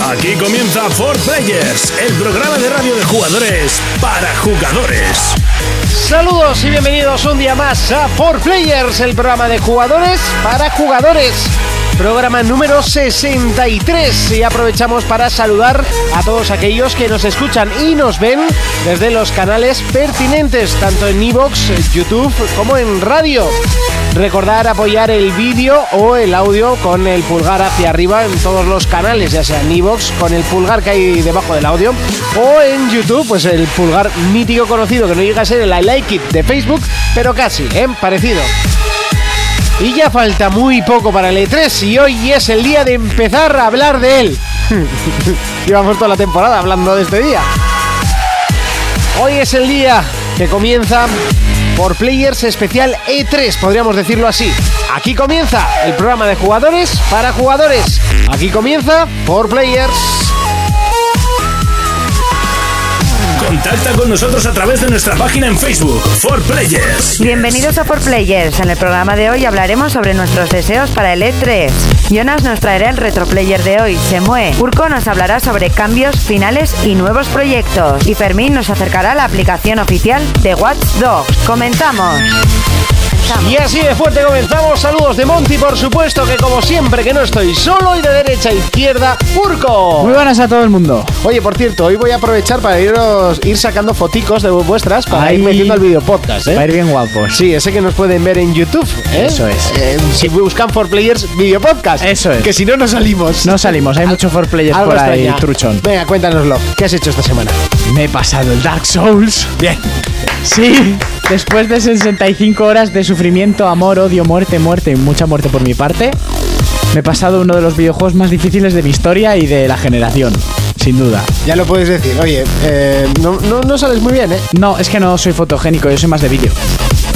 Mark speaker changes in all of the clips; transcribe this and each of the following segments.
Speaker 1: Aquí comienza For Players, el programa de radio de jugadores para jugadores.
Speaker 2: Saludos y bienvenidos un día más a For Players, el programa de jugadores para jugadores. Programa número 63 y aprovechamos para saludar a todos aquellos que nos escuchan y nos ven desde los canales pertinentes, tanto en iVoox, YouTube como en radio. Recordar apoyar el vídeo o el audio con el pulgar hacia arriba en todos los canales, ya sea en iVoox con el pulgar que hay debajo del audio o en YouTube, pues el pulgar mítico conocido que no llega a ser el I Like It de Facebook, pero casi, ¿eh? parecido. Y ya falta muy poco para el E3 y hoy es el día de empezar a hablar de él. Llevamos toda la temporada hablando de este día. Hoy es el día que comienza por Players Especial E3, podríamos decirlo así. Aquí comienza el programa de jugadores para jugadores. Aquí comienza por Players.
Speaker 1: Contacta con nosotros a través de nuestra página en Facebook, For Players.
Speaker 3: Bienvenidos a For Players. En el programa de hoy hablaremos sobre nuestros deseos para el E3. Jonas nos traerá el retroplayer de hoy, Semue. Urko nos hablará sobre cambios, finales y nuevos proyectos. Y Fermín nos acercará a la aplicación oficial de Watch Dogs. Comentamos.
Speaker 2: Y así de fuerte comenzamos. Saludos de Monty, por supuesto, que como siempre que no estoy solo y de derecha a izquierda, Urco.
Speaker 4: Muy buenas a todo el mundo.
Speaker 2: Oye, por cierto, hoy voy a aprovechar para iros, ir sacando foticos de vuestras para ir
Speaker 4: Ahí.
Speaker 2: metiendo al video podcast,
Speaker 4: Va a ir
Speaker 2: ¿eh?
Speaker 4: bien guapos.
Speaker 2: Sí, ese que nos pueden ver en YouTube. ¿eh?
Speaker 4: Eso es.
Speaker 2: Eh, si buscan for players video podcast.
Speaker 4: Eso es.
Speaker 2: Que si no, no salimos.
Speaker 4: No salimos, hay muchos for players
Speaker 2: Algo
Speaker 4: por ahí,
Speaker 2: extraña.
Speaker 4: truchón.
Speaker 2: Venga, cuéntanoslo. ¿Qué has hecho esta semana?
Speaker 4: Me he pasado el Dark Souls.
Speaker 1: Bien.
Speaker 4: Sí, después de 65 horas de sufrimiento, amor, odio, muerte, muerte y mucha muerte por mi parte, me he pasado uno de los videojuegos más difíciles de mi historia y de la generación, sin duda.
Speaker 2: Ya lo puedes decir. Oye, eh, no, no, no sales muy bien, ¿eh?
Speaker 4: No, es que no soy fotogénico, yo soy más de vídeo.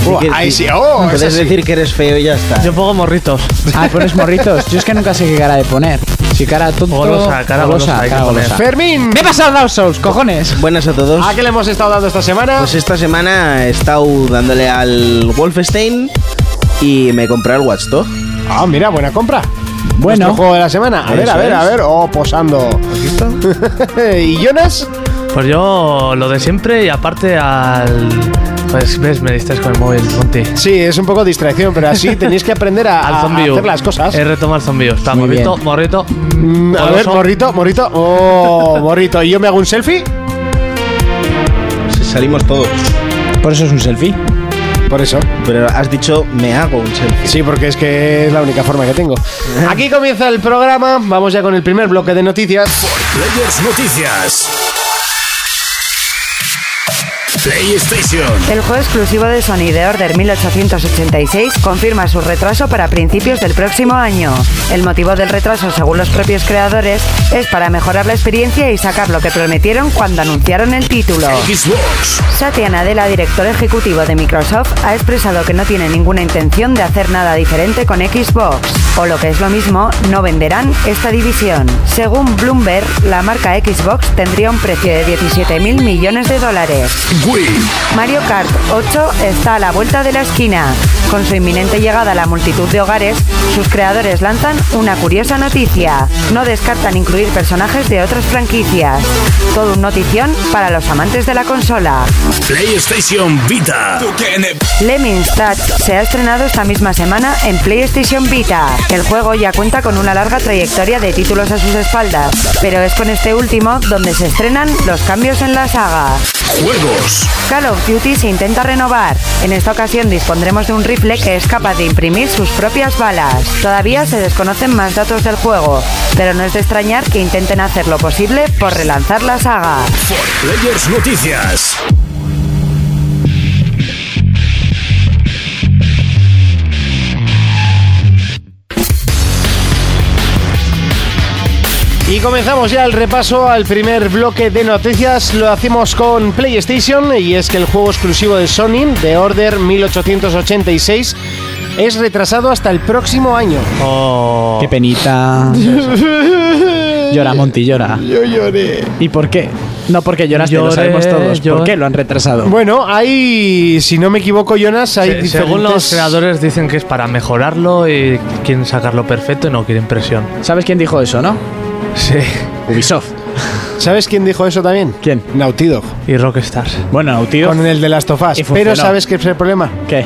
Speaker 2: Buah,
Speaker 5: que-
Speaker 2: ahí sí. Oh,
Speaker 5: Puedes
Speaker 2: esa sí.
Speaker 5: decir que eres feo y ya está.
Speaker 6: Yo pongo morritos.
Speaker 4: Ah, pones morritos. Yo es que nunca sé qué cara de poner. Si cara tonto,
Speaker 6: Golosa, cara golosa, hay que
Speaker 4: cara
Speaker 6: poner.
Speaker 4: golosa.
Speaker 2: Fermín.
Speaker 4: Me he pasado el Dark Souls, cojones.
Speaker 5: Buenas a todos.
Speaker 2: ¿A qué le hemos estado dando esta semana?
Speaker 5: Pues esta semana he estado dándole al Wolfenstein y me compré el Watch Dogs.
Speaker 2: Ah, mira, buena compra.
Speaker 4: Bueno.
Speaker 2: Nuestro juego de la semana. A ver, a
Speaker 5: Eso
Speaker 2: ver,
Speaker 5: es.
Speaker 2: a ver. Oh, posando. ¿Y Jonas?
Speaker 6: Pues yo lo de siempre y aparte al. Pues ves, me distraes con el móvil, Monty.
Speaker 2: Sí, es un poco distracción, pero así tenéis que aprender a,
Speaker 6: Al
Speaker 2: a- a
Speaker 6: zombie. Er,
Speaker 2: hacer las cosas.
Speaker 6: He retomado el zombie. Está,
Speaker 4: Muy
Speaker 6: morrito,
Speaker 4: bien.
Speaker 6: morrito.
Speaker 2: Mm, a ver,
Speaker 6: Goloso.
Speaker 2: morrito, morrito. Oh, morrito. ¿Y yo me hago un selfie?
Speaker 5: Salimos todos.
Speaker 4: Por eso es un selfie.
Speaker 2: Por eso.
Speaker 5: Pero has dicho, me hago un selfie.
Speaker 2: Sí, porque es que es la única forma que tengo. Aquí comienza el programa. Vamos ya con el primer bloque de noticias.
Speaker 1: Players Noticias. PlayStation.
Speaker 3: El juego exclusivo de Sony de Order 1886 confirma su retraso para principios del próximo año. El motivo del retraso, según los propios creadores, es para mejorar la experiencia y sacar lo que prometieron cuando anunciaron el título.
Speaker 1: Xbox.
Speaker 3: Satya Nadella, director ejecutivo de Microsoft, ha expresado que no tiene ninguna intención de hacer nada diferente con Xbox, o lo que es lo mismo, no venderán esta división. Según Bloomberg, la marca Xbox tendría un precio de 17.000 millones de dólares.
Speaker 1: Wii.
Speaker 3: Mario Kart 8 está a la vuelta de la esquina. Con su inminente llegada a la multitud de hogares, sus creadores lanzan una curiosa noticia. No descartan incluir personajes de otras franquicias. Todo un notición para los amantes de la consola.
Speaker 1: PlayStation Vita.
Speaker 3: Lemmings Touch se ha estrenado esta misma semana en PlayStation Vita. El juego ya cuenta con una larga trayectoria de títulos a sus espaldas, pero es con este último donde se estrenan los cambios en la saga.
Speaker 1: Juegos.
Speaker 3: Call of Duty se intenta renovar. En esta ocasión dispondremos de un rifle que es capaz de imprimir sus propias balas. Todavía se desconocen más datos del juego, pero no es de extrañar que intenten hacer lo posible por relanzar la saga.
Speaker 1: Players Noticias.
Speaker 2: Y comenzamos ya el repaso al primer bloque de noticias. Lo hacemos con PlayStation y es que el juego exclusivo de Sony, The Order 1886, es retrasado hasta el próximo año.
Speaker 6: Oh.
Speaker 4: Qué penita. Llora, Monty, llora. Yo lloré. ¿Y por qué? No porque lloraste, lo
Speaker 6: Lloré,
Speaker 4: sabemos todos.
Speaker 6: lloré.
Speaker 4: ¿Por qué lo han retrasado?
Speaker 2: Bueno, hay, si no me equivoco, Jonas, hay
Speaker 6: Se- Según
Speaker 2: diferentes-
Speaker 6: los creadores dicen que es para mejorarlo y quieren sacarlo perfecto y no quieren presión.
Speaker 4: ¿Sabes quién dijo eso, no?
Speaker 6: Sí.
Speaker 4: Ubisoft.
Speaker 2: ¿Sabes quién dijo eso también?
Speaker 4: ¿Quién?
Speaker 2: Naughty Dog,
Speaker 6: Y Rockstar.
Speaker 4: Bueno, Nautilus.
Speaker 2: Con el de Last of Us.
Speaker 4: Y funcionó.
Speaker 2: Pero ¿sabes qué es el problema?
Speaker 4: ¿Qué?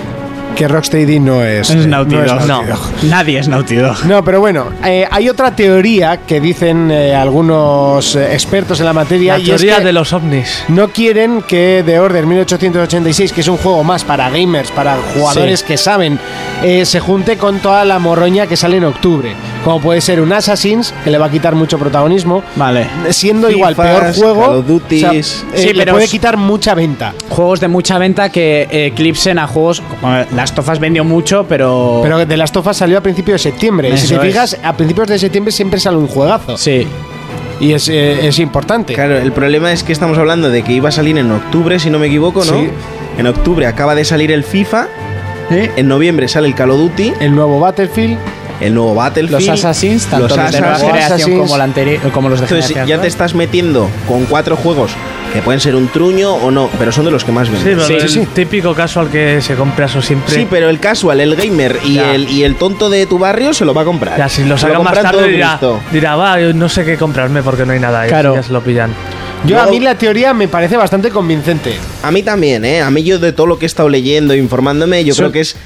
Speaker 2: Que Rocksteady no es.
Speaker 4: es
Speaker 2: eh,
Speaker 4: Naughty
Speaker 2: no es
Speaker 4: Dog.
Speaker 2: Naughty Dog.
Speaker 4: Nadie es Naughty Dog.
Speaker 2: No, pero bueno, eh, hay otra teoría que dicen eh, algunos eh, expertos en la materia.
Speaker 6: La
Speaker 2: y es
Speaker 6: teoría
Speaker 2: que
Speaker 6: de los ovnis.
Speaker 2: No quieren que The Order 1886, que es un juego más para gamers, para jugadores
Speaker 4: Sí.
Speaker 2: que saben, eh, se junte con toda la morroña que sale en octubre. Como puede ser un Assassin's, que le va a quitar mucho protagonismo.
Speaker 4: Vale.
Speaker 2: Siendo igual, peor
Speaker 5: Fifas,
Speaker 2: juego.
Speaker 5: Call of Duties.
Speaker 2: eh,
Speaker 4: Sí,
Speaker 2: le
Speaker 4: pero
Speaker 2: puede
Speaker 4: es-
Speaker 2: quitar mucha venta.
Speaker 4: Juegos de mucha venta que eclipsen a juegos. bueno, Las tofas vendió mucho, pero.
Speaker 2: Pero de las tofas salió a principios de septiembre. Y si
Speaker 4: Eso
Speaker 2: te
Speaker 4: es.
Speaker 2: fijas, a principios de septiembre siempre sale un juegazo.
Speaker 4: Sí.
Speaker 2: Y es, eh, es importante.
Speaker 5: Claro, el problema es que estamos hablando de que iba a salir en octubre, si no me equivoco, ¿no?
Speaker 2: Sí.
Speaker 5: En octubre acaba de salir el FIFA, en noviembre sale el Call of Duty,
Speaker 2: El nuevo Battlefield.
Speaker 5: el nuevo Battlefield.
Speaker 4: Los Assassins, tanto
Speaker 5: los
Speaker 4: los, de nueva
Speaker 5: Assassins.
Speaker 4: generación como, la anteri- como los de
Speaker 5: Entonces
Speaker 4: generación.
Speaker 5: ya te estás metiendo con cuatro juegos que pueden ser un truño o no, pero son de los que más
Speaker 6: Sí,
Speaker 5: venden.
Speaker 6: pero
Speaker 4: Sí,
Speaker 6: el
Speaker 4: sí.
Speaker 6: típico casual que se compra eso siempre.
Speaker 5: Sí, pero el casual, el gamer y
Speaker 6: Ya.
Speaker 5: el, y el tonto de tu barrio se lo va a comprar.
Speaker 6: Ya, si lo
Speaker 5: Se
Speaker 6: sacan más
Speaker 5: compra
Speaker 6: tarde
Speaker 5: todo
Speaker 6: dirá,
Speaker 5: Cristo.
Speaker 6: dirá, va, yo no sé qué comprarme porque no hay nada. y
Speaker 4: Claro.
Speaker 6: Ya se lo pillan.
Speaker 2: Yo a
Speaker 5: Luego-
Speaker 2: mí la teoría me parece bastante convincente.
Speaker 5: A mí también, ¿eh? A mí yo de todo lo que he estado leyendo, informándome, yo
Speaker 4: Son-
Speaker 5: creo que es...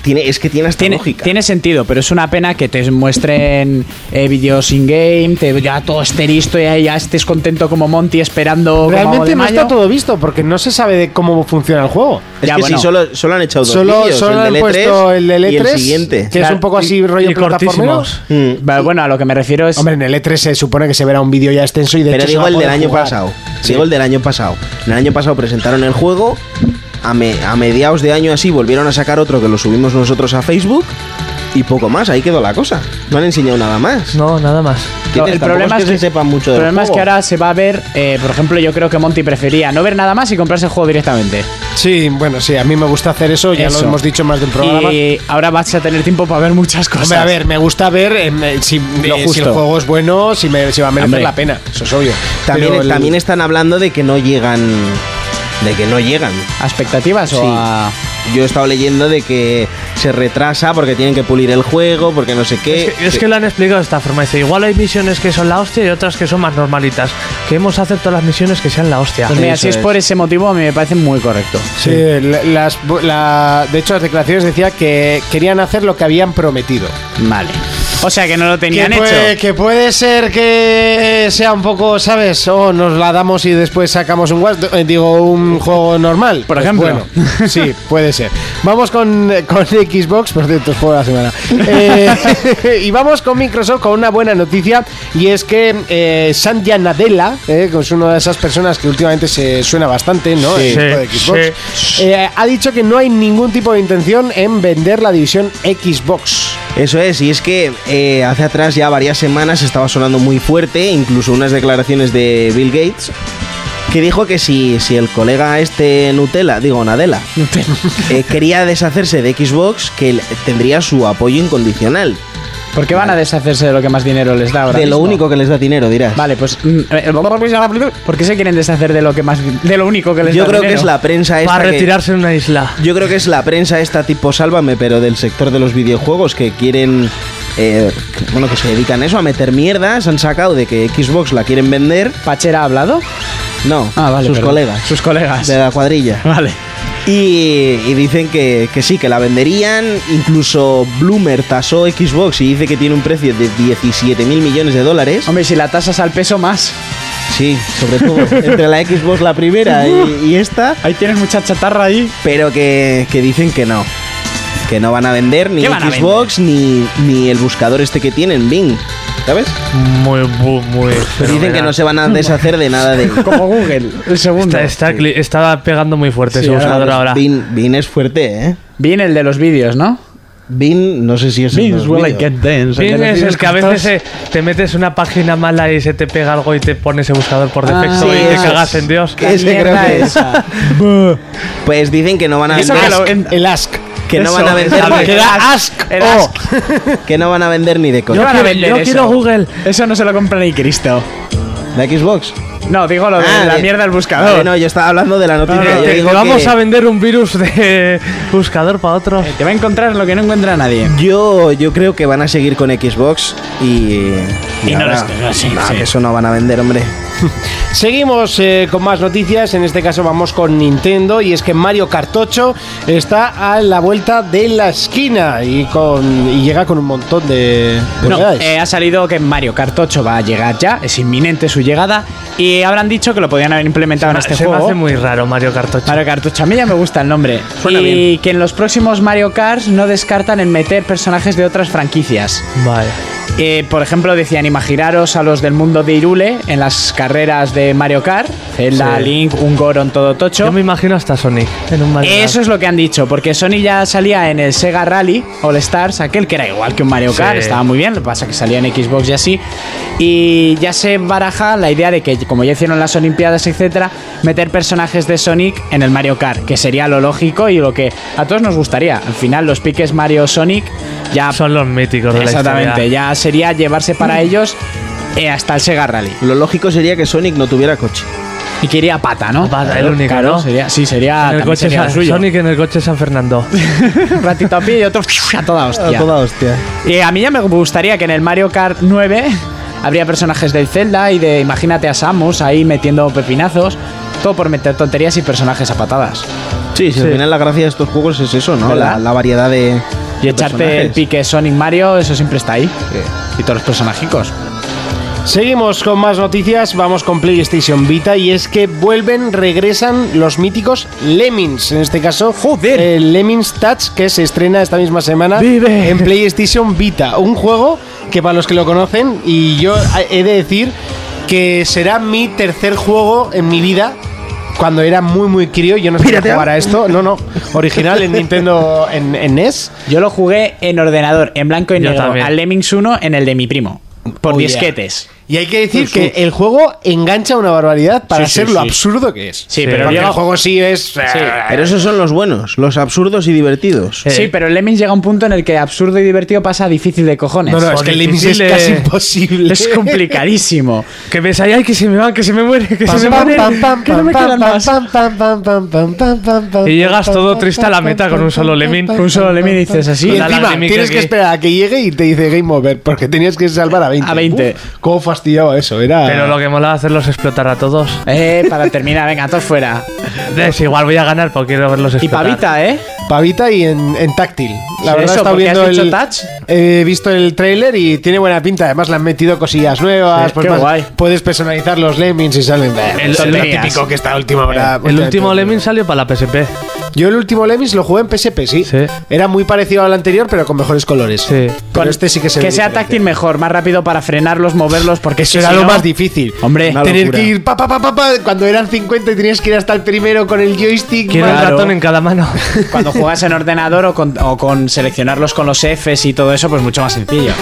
Speaker 5: Tiene, es que tiene hasta
Speaker 4: Tiene,
Speaker 5: lógica.
Speaker 4: tiene sentido, pero es una pena que te muestren eh, vídeos in-game, te- ya todo esté listo, ya, ya estés contento como Monty esperando. como
Speaker 2: Realmente
Speaker 4: de
Speaker 2: no
Speaker 4: mayo.
Speaker 2: está todo visto porque no se sabe de cómo funciona el juego.
Speaker 5: Es
Speaker 4: Ya,
Speaker 5: que
Speaker 4: bueno.
Speaker 5: sí, solo, solo han echado dos
Speaker 2: solo
Speaker 5: vídeos,
Speaker 2: solo
Speaker 5: el
Speaker 2: han
Speaker 5: del E3
Speaker 2: puesto el del
Speaker 5: y
Speaker 2: E3,
Speaker 5: el siguiente.
Speaker 2: que es un poco así rollo
Speaker 6: y
Speaker 2: plataformero.
Speaker 6: cortísimos.
Speaker 5: Mm.
Speaker 4: Pero bueno, a lo que me refiero es.
Speaker 2: Hombre, en el E3 se supone que se verá un vídeo ya extenso y de
Speaker 5: Pero
Speaker 2: hecho se
Speaker 5: digo
Speaker 2: va a
Speaker 5: el del
Speaker 2: poder
Speaker 5: año
Speaker 2: jugar.
Speaker 5: pasado.
Speaker 2: Sí.
Speaker 5: Digo el del año pasado. En el año pasado presentaron el juego. A, me- a mediados de año así volvieron a sacar otro que lo subimos nosotros a Facebook. Y poco más, ahí quedó la cosa. No han enseñado nada más.
Speaker 6: No, nada más.
Speaker 5: Que te- tampoco es que se sepa mucho
Speaker 4: el
Speaker 5: del
Speaker 4: problema es que
Speaker 5: juego.
Speaker 4: ahora se va a ver, eh, por ejemplo, yo creo que Monty prefería no ver nada más y comprarse el juego directamente.
Speaker 2: Sí, bueno, sí, a mí me gusta hacer eso, ya
Speaker 4: Eso.
Speaker 2: lo hemos dicho más de un programa.
Speaker 4: Y ahora vas a tener tiempo para ver muchas cosas.
Speaker 2: Hombre, a ver, me gusta ver eh, me- si, eh, si el
Speaker 4: justo.
Speaker 2: juego es bueno, si, me- si va a merecer
Speaker 4: Hombre.
Speaker 2: la pena. Eso es obvio.
Speaker 5: También,
Speaker 2: Pero el-
Speaker 5: también están hablando de que no llegan. De que no llegan.
Speaker 4: ¿A expectativas o
Speaker 5: Sí.
Speaker 4: a.?
Speaker 5: Yo he estado leyendo de que se retrasa porque tienen que pulir el juego, porque no sé qué.
Speaker 6: Es que, es que lo han explicado de esta forma. Dice, igual hay misiones que son la hostia y otras que son más normalitas. Que hemos aceptado las misiones que sean la hostia.
Speaker 4: Pues mira,
Speaker 5: Eso
Speaker 4: si es,
Speaker 5: es.
Speaker 4: por ese motivo, a mí me parece muy correcto.
Speaker 2: Sí, la- las, la- de hecho, las declaraciones decía que querían hacer lo que habían prometido.
Speaker 4: Vale. O sea que no lo
Speaker 2: Que
Speaker 4: tenían
Speaker 2: puede,
Speaker 4: hecho.
Speaker 2: que puede ser que sea un poco, ¿sabes? O nos la damos y después sacamos un guas- eh, digo un juego normal.
Speaker 4: Por ejemplo.
Speaker 2: Bueno, sí, puede ser. Vamos con, eh, con Xbox, por cierto, es juego de la semana. Eh, y vamos con Microsoft con una buena noticia y es que eh, Sandhya Nadella, eh, que es una de esas personas que últimamente se suena bastante, ¿no?
Speaker 6: Sí.
Speaker 2: En el
Speaker 6: Sí,
Speaker 2: equipo de Xbox, eh, ha dicho que no hay ningún tipo de intención en vender la división Xbox.
Speaker 5: Eso es, y es que eh, hace atrás ya varias semanas estaba sonando muy fuerte, incluso unas declaraciones de Bill Gates, que dijo que si, si el colega este Nutella, digo Nadella, eh, quería deshacerse de Xbox, que él tendría su apoyo incondicional.
Speaker 4: ¿Por qué van a deshacerse de lo que más dinero les da ahora?
Speaker 5: de lo
Speaker 4: mismo?
Speaker 5: único que les da dinero, dirás.
Speaker 4: Vale, pues. mm, eh, ¿Por qué se quieren deshacer de lo que más. de lo único que les
Speaker 5: Yo
Speaker 4: da
Speaker 5: creo que
Speaker 4: dinero?
Speaker 5: es la prensa esta.
Speaker 6: Para
Speaker 5: que-
Speaker 6: retirarse en una isla.
Speaker 5: yo creo que es la prensa esta tipo sálvame, pero del sector de los videojuegos que quieren. eh, que- bueno, que se dedican a eso, a meter mierdas. Han sacado de que Xbox la quieren vender.
Speaker 4: ¿Pachera ha hablado?
Speaker 5: No,
Speaker 4: Ah, vale.
Speaker 5: sus
Speaker 4: perdón. Ah.
Speaker 5: colegas.
Speaker 4: Sus colegas.
Speaker 5: de la cuadrilla.
Speaker 4: Vale.
Speaker 5: Y, y dicen que, que sí, que la venderían. Incluso Bloomer tasó Xbox y dice que tiene un precio de 17 mil millones de dólares.
Speaker 4: Hombre, si la tasas al peso más.
Speaker 5: Sí, sobre todo entre la Xbox la primera y, y esta.
Speaker 4: Ahí tienes mucha chatarra ahí.
Speaker 5: Pero que, que dicen que no. Que no van a vender ni
Speaker 4: ¿Qué van a
Speaker 5: Xbox ni, ni el buscador este que tienen, Bing. ¿Sabes?
Speaker 6: Muy, muy, muy.
Speaker 5: Dicen que
Speaker 6: fenomenal.
Speaker 5: no se van a deshacer de nada de
Speaker 4: Como Google. El segundo.
Speaker 6: Está, está cli- está pegando muy fuerte
Speaker 4: Sí,
Speaker 6: su
Speaker 4: ahora
Speaker 6: buscador ahora.
Speaker 5: Bing, Bing es fuerte, ¿eh?
Speaker 4: Bien el de los vídeos, ¿no?
Speaker 5: Bing, no sé si es. en los vídeos.
Speaker 4: dance.
Speaker 6: Bing es el que a veces eh, te metes una página mala y se te pega algo y te pone ese buscador por
Speaker 4: Ah,
Speaker 6: defecto
Speaker 5: sí,
Speaker 6: y te
Speaker 5: eso
Speaker 6: cagas
Speaker 5: es.
Speaker 6: en Dios.
Speaker 5: Que ese creo que es. Pues dicen que no van a
Speaker 4: Eso
Speaker 5: vender.
Speaker 4: que lo-
Speaker 2: El Ask.
Speaker 5: Que no van a vender
Speaker 4: el
Speaker 5: ni-
Speaker 4: Era Ask. Era
Speaker 2: Oh.
Speaker 4: Ask.
Speaker 5: que no van a vender ni de coña.
Speaker 4: van a
Speaker 6: quiero-
Speaker 4: vender
Speaker 6: yo
Speaker 4: eso.
Speaker 6: quiero Google.
Speaker 4: Eso no se lo compra ni Cristo.
Speaker 5: ¿La Xbox?
Speaker 4: No, digo lo de
Speaker 5: Ah,
Speaker 4: la
Speaker 5: de-
Speaker 4: mierda del buscador.
Speaker 5: Vale, no, yo estaba hablando de la
Speaker 6: No, no,
Speaker 5: noticia. yo
Speaker 6: te-
Speaker 5: digo
Speaker 6: te vamos
Speaker 5: que
Speaker 6: a vender un virus de buscador para otros.
Speaker 4: Eh, Te va a encontrar lo que no encuentra nadie.
Speaker 5: yo, yo creo que van a seguir con Xbox y.
Speaker 4: Y no
Speaker 5: ahora-
Speaker 4: les creo, sí,
Speaker 1: Ah,
Speaker 5: no,
Speaker 4: sí.
Speaker 5: que eso no van a vender, hombre.
Speaker 2: Seguimos eh, con más noticias, en este caso vamos con Nintendo y es que Mario Cartocho está a la vuelta de la esquina y, con, y llega con un montón de, de
Speaker 4: No,
Speaker 2: novedades.
Speaker 4: eh, ha salido que Mario Kart 8 va a llegar ya, es inminente su llegada y habrán dicho que lo podían haber implementado en este
Speaker 6: Se me
Speaker 4: juego.
Speaker 6: hace muy raro Mario Kart 8.
Speaker 4: Mario Kart 8, a mí ya me gusta el nombre.
Speaker 6: Suena
Speaker 4: y
Speaker 6: bien.
Speaker 4: que en los próximos Mario Karts no descartan en meter personajes de otras franquicias.
Speaker 6: Vale.
Speaker 4: Eh, por ejemplo, decían imaginaros a los del mundo de Irule en las carreras de Mario Kart, Zelda,
Speaker 6: Sí.
Speaker 4: Link, un Goron todo tocho.
Speaker 6: Yo me imagino hasta Sonic en un Mario
Speaker 4: Eso
Speaker 6: Kart.
Speaker 4: es lo que han dicho, porque Sony ya salía en el Sega Rally All Stars, aquel que era igual que un Mario Kart,
Speaker 6: Sí.
Speaker 4: estaba muy bien, lo que pasa es que salía en Xbox y así. Y ya se baraja la idea de que, como ya hicieron las Olimpiadas, etcétera, meter personajes de Sonic en el Mario Kart, que sería lo lógico y lo que a todos nos gustaría. Al final, los piques Mario-Sonic ya.
Speaker 6: Son los míticos de la
Speaker 4: Exactamente,
Speaker 6: historia.
Speaker 4: ya sería llevarse
Speaker 2: Mm.
Speaker 4: para ellos eh, hasta el Sega Rally.
Speaker 5: Lo lógico sería que Sonic no tuviera coche.
Speaker 4: Y que iría a pata, ¿no?
Speaker 6: A pata, el único,
Speaker 4: Claro,
Speaker 6: ¿no?
Speaker 4: sería- sí, sería.
Speaker 6: En el
Speaker 4: también
Speaker 6: coche
Speaker 4: sería
Speaker 6: San-
Speaker 4: lo suyo.
Speaker 6: Sonic en el coche San Fernando.
Speaker 4: un ratito a pie y otro a toda
Speaker 2: Ah,
Speaker 4: hostia.
Speaker 5: hostia.
Speaker 4: Eh, a mí ya me gustaría que en el Mario Kart 9 habría personajes del Zelda y de imagínate a Samus ahí metiendo pepinazos. Todo por meter tonterías y personajes a patadas.
Speaker 5: Sí, si
Speaker 6: Sí.
Speaker 5: al final la gracia de estos juegos es eso, ¿no?
Speaker 4: ¿Verdad?
Speaker 5: La, la variedad de.
Speaker 4: Y
Speaker 5: de
Speaker 4: echarte el
Speaker 5: personajes.
Speaker 4: pique Sonic Mario, eso siempre está ahí. Y todos los personajicos.
Speaker 2: Seguimos con más noticias, vamos con PlayStation Vita y es que vuelven, regresan los míticos Lemmings, en este caso
Speaker 4: Joder.
Speaker 2: eh, Lemmings Touch que se estrena esta misma semana
Speaker 6: Vive.
Speaker 2: en PlayStation Vita, un juego que para los que lo conocen y yo a- he de decir que será mi tercer juego en mi vida. Cuando era muy muy crío, yo no sabía
Speaker 5: Pirateado.
Speaker 2: jugar a esto. No, no. Original en Nintendo, en, E en NES.
Speaker 4: Yo lo jugué en ordenador, en blanco y
Speaker 6: Yo
Speaker 4: negro,
Speaker 6: también.
Speaker 4: al Lemmings 1 en el de mi primo. Por
Speaker 2: Oh, yeah.
Speaker 4: disquetes.
Speaker 2: Y hay que decir que el juego engancha una barbaridad para
Speaker 4: Sí, sí,
Speaker 2: ser lo
Speaker 4: sí.
Speaker 2: absurdo que es.
Speaker 4: Sí,
Speaker 6: Sí,
Speaker 4: pero
Speaker 6: porque
Speaker 2: Porque
Speaker 4: llega-
Speaker 2: el juego sí es. eh,
Speaker 5: Pero esos son los buenos, los absurdos y divertidos.
Speaker 6: Eh,
Speaker 4: Sí, pero el Lemmings llega a un punto en el que absurdo y divertido pasa a difícil de cojones.
Speaker 2: No, no, es
Speaker 6: o
Speaker 2: que el Lemmings es
Speaker 6: difícil,
Speaker 2: casi
Speaker 6: eh,
Speaker 2: imposible.
Speaker 4: Es complicadísimo.
Speaker 6: Que ves ahí, ay, que se me va, que se me muere, que
Speaker 2: Pam,
Speaker 6: se me
Speaker 2: pam,
Speaker 6: muere.
Speaker 2: pam, pam,
Speaker 6: que no me
Speaker 2: pam,
Speaker 6: quedan
Speaker 2: pam,
Speaker 6: más.
Speaker 2: pam, pam, pam, pam, pam, pam, pam, pam,
Speaker 6: Y llegas
Speaker 2: pam,
Speaker 6: todo
Speaker 2: pam,
Speaker 6: triste a la meta con un solo Lemming.
Speaker 2: pam,
Speaker 4: Un solo
Speaker 2: pam,
Speaker 4: Lemming
Speaker 2: pam,
Speaker 4: dices
Speaker 2: pam.
Speaker 4: así,
Speaker 2: Y
Speaker 6: la
Speaker 2: encima
Speaker 6: lagrimita
Speaker 2: tienes
Speaker 6: que-
Speaker 2: que esperar a que llegue y te dice Game Over, porque tenías que salvar a 20.
Speaker 4: A 20.
Speaker 2: Uf, ¿Cómo fastidiaba eso? Era.
Speaker 6: Pero lo que molaba hacerlos explotar a todos.
Speaker 4: Eh, para terminar, venga, todos fuera.
Speaker 6: Es igual, voy a ganar porque quiero verlos
Speaker 4: Y
Speaker 6: explotar.
Speaker 4: pavita, ¿eh?
Speaker 2: Pavita y en, en táctil. La verdad,
Speaker 4: Eso,
Speaker 2: he estado
Speaker 4: porque has
Speaker 2: viendo
Speaker 4: dicho
Speaker 2: el.
Speaker 4: touch.
Speaker 2: He visto el trailer y tiene buena pinta. Además, le han metido cosillas nuevas.
Speaker 4: Sí,
Speaker 2: pues
Speaker 4: qué
Speaker 2: más,
Speaker 4: guay.
Speaker 2: Puedes personalizar los lemmings y salen.
Speaker 6: El-
Speaker 2: son lo
Speaker 4: tonterías.
Speaker 2: típico que está última hora.
Speaker 6: El último Lemming salió para la PSP.
Speaker 2: Yo el último lemmings lo jugué en PSP, sí.
Speaker 6: Sí.
Speaker 2: Era muy parecido al anterior, pero con mejores colores.
Speaker 6: Sí.
Speaker 2: Pero
Speaker 4: Con-
Speaker 2: este sí que se
Speaker 4: Que
Speaker 2: ve
Speaker 4: sea
Speaker 2: diferente.
Speaker 4: táctil mejor, más rápido para frenarlos, moverlos, porque es
Speaker 2: Eso
Speaker 4: que
Speaker 2: era
Speaker 4: si
Speaker 2: lo
Speaker 4: no-
Speaker 2: más difícil.
Speaker 4: Hombre,
Speaker 5: Una
Speaker 2: tener
Speaker 5: locura.
Speaker 2: que ir pa, pa, pa, pa, pa, cuando eran 50 y tenías que ir hasta el primero con el joystick.
Speaker 6: Quiero
Speaker 2: mano.
Speaker 6: el ratón en cada mano.
Speaker 4: cuando juegas en ordenador o con, o con seleccionarlos con los Fs y todo eso, pues mucho más sencillo.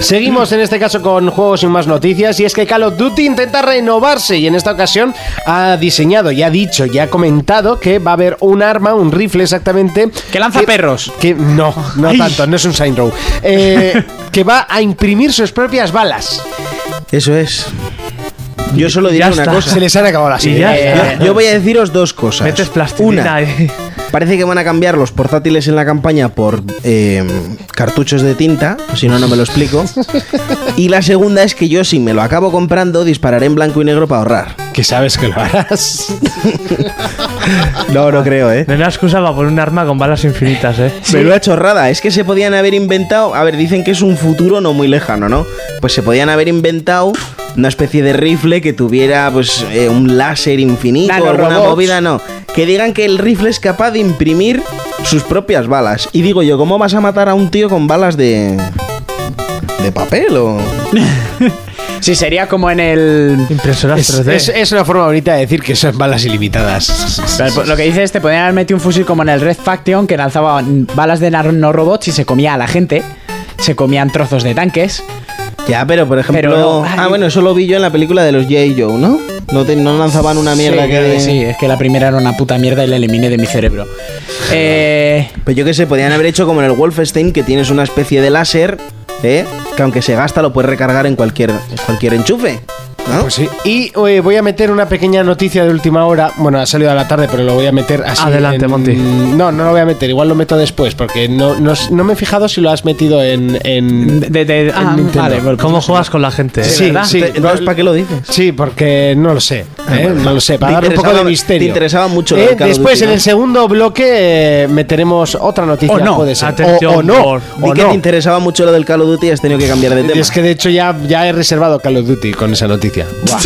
Speaker 2: Seguimos en este caso con juegos y más noticias y es que Call of Duty intenta renovarse y en esta ocasión ha diseñado, ya ha dicho, ya ha comentado que va a haber un arma, un rifle exactamente
Speaker 4: Que lanza perros.
Speaker 2: que no, no tanto, no es un sign row, eh, que va a imprimir sus propias balas.
Speaker 5: Eso es. Yo solo diré
Speaker 6: Ya
Speaker 5: una
Speaker 6: está.
Speaker 5: cosa.
Speaker 2: Se les han acabado las
Speaker 6: Y
Speaker 2: ideas.
Speaker 6: ya está.
Speaker 4: Eh.
Speaker 5: Yo, yo voy a deciros dos cosas.
Speaker 6: Metes plastilina
Speaker 5: Una,
Speaker 6: ahí.
Speaker 5: parece que van a cambiar los portátiles en la campaña por eh, cartuchos de tinta, si no, no me lo explico. Y la segunda es que yo, si me lo acabo comprando, dispararé en blanco y negro para ahorrar.
Speaker 2: Que sabes que lo harás.
Speaker 5: No, no creo, ¿eh?
Speaker 6: No hay una excusa para poner un arma con balas infinitas, eh.
Speaker 5: Menuda chorrada, es que se podían haber inventado. A ver, dicen que es un futuro no muy lejano, ¿no? Pues se podían haber inventado una especie de rifle que tuviera, pues, eh, un láser infinito, alguna
Speaker 4: Nanorobots.
Speaker 5: movida, no. Que digan que el rifle es capaz de imprimir sus propias balas. Y digo yo, ¿cómo vas a matar a un tío con balas de. de papel o.?
Speaker 4: Sí, sería como en el.
Speaker 6: Impresoras
Speaker 2: Es,
Speaker 6: 3D.
Speaker 2: es- es una forma bonita de decir que son balas ilimitadas.
Speaker 4: Lo que dice este, podrían haber metido un fusil como en el Red Faction que lanzaba balas de no robots y se comía a la gente. Se comían trozos de tanques.
Speaker 5: Ya, pero por ejemplo.
Speaker 4: Pero no, ay.
Speaker 5: ah, bueno, eso lo vi yo en la película de los J. Joe, ¿no? No, te- no lanzaban una mierda
Speaker 4: Sí,
Speaker 5: que.
Speaker 4: creo Sí, es que la primera era una puta mierda y la eliminé de mi cerebro. Eh.
Speaker 5: Pues yo qué sé, podían haber hecho como en el Wolfenstein, que tienes una especie de láser, ¿eh? Que aunque se gasta lo puedes recargar en cualquier, en cualquier enchufe. ¿no?
Speaker 2: Pues sí. Y eh, voy a meter una pequeña noticia de última hora. Bueno, ha salido a la tarde, pero lo voy a meter así.
Speaker 6: Adelante,
Speaker 2: en-
Speaker 6: Monty.
Speaker 2: No, no lo voy a meter. Igual lo meto después, porque no, no, no me he fijado si lo has metido en. en-
Speaker 4: De, de- ah,
Speaker 2: Nintendo.
Speaker 4: vale, bueno,
Speaker 6: ¿Cómo juegas con la gente? eh?
Speaker 2: Sí,
Speaker 6: ¿verdad?
Speaker 2: sí.
Speaker 5: Te- Entonces, ¿para qué lo dices?
Speaker 2: Sí, porque no lo sé. ¿eh? No lo sé. Para
Speaker 5: Te
Speaker 2: darle un poco de
Speaker 5: interesaba-
Speaker 2: misterio.
Speaker 5: te interesaba mucho lo
Speaker 2: Eh,
Speaker 5: del Call of
Speaker 2: Después,
Speaker 5: Duty,
Speaker 2: en
Speaker 5: ¿no?
Speaker 2: el segundo bloque, eh, meteremos otra noticia.
Speaker 4: O no.
Speaker 2: puede ser. O-
Speaker 6: Atención,
Speaker 2: o, no.
Speaker 6: por-
Speaker 5: Di
Speaker 2: o
Speaker 5: que
Speaker 2: no.
Speaker 5: te interesaba mucho lo del Call of Duty y has tenido que cambiar de tema.
Speaker 2: Es que de hecho ya, ya he reservado Call of Duty con esa noticia. Buah.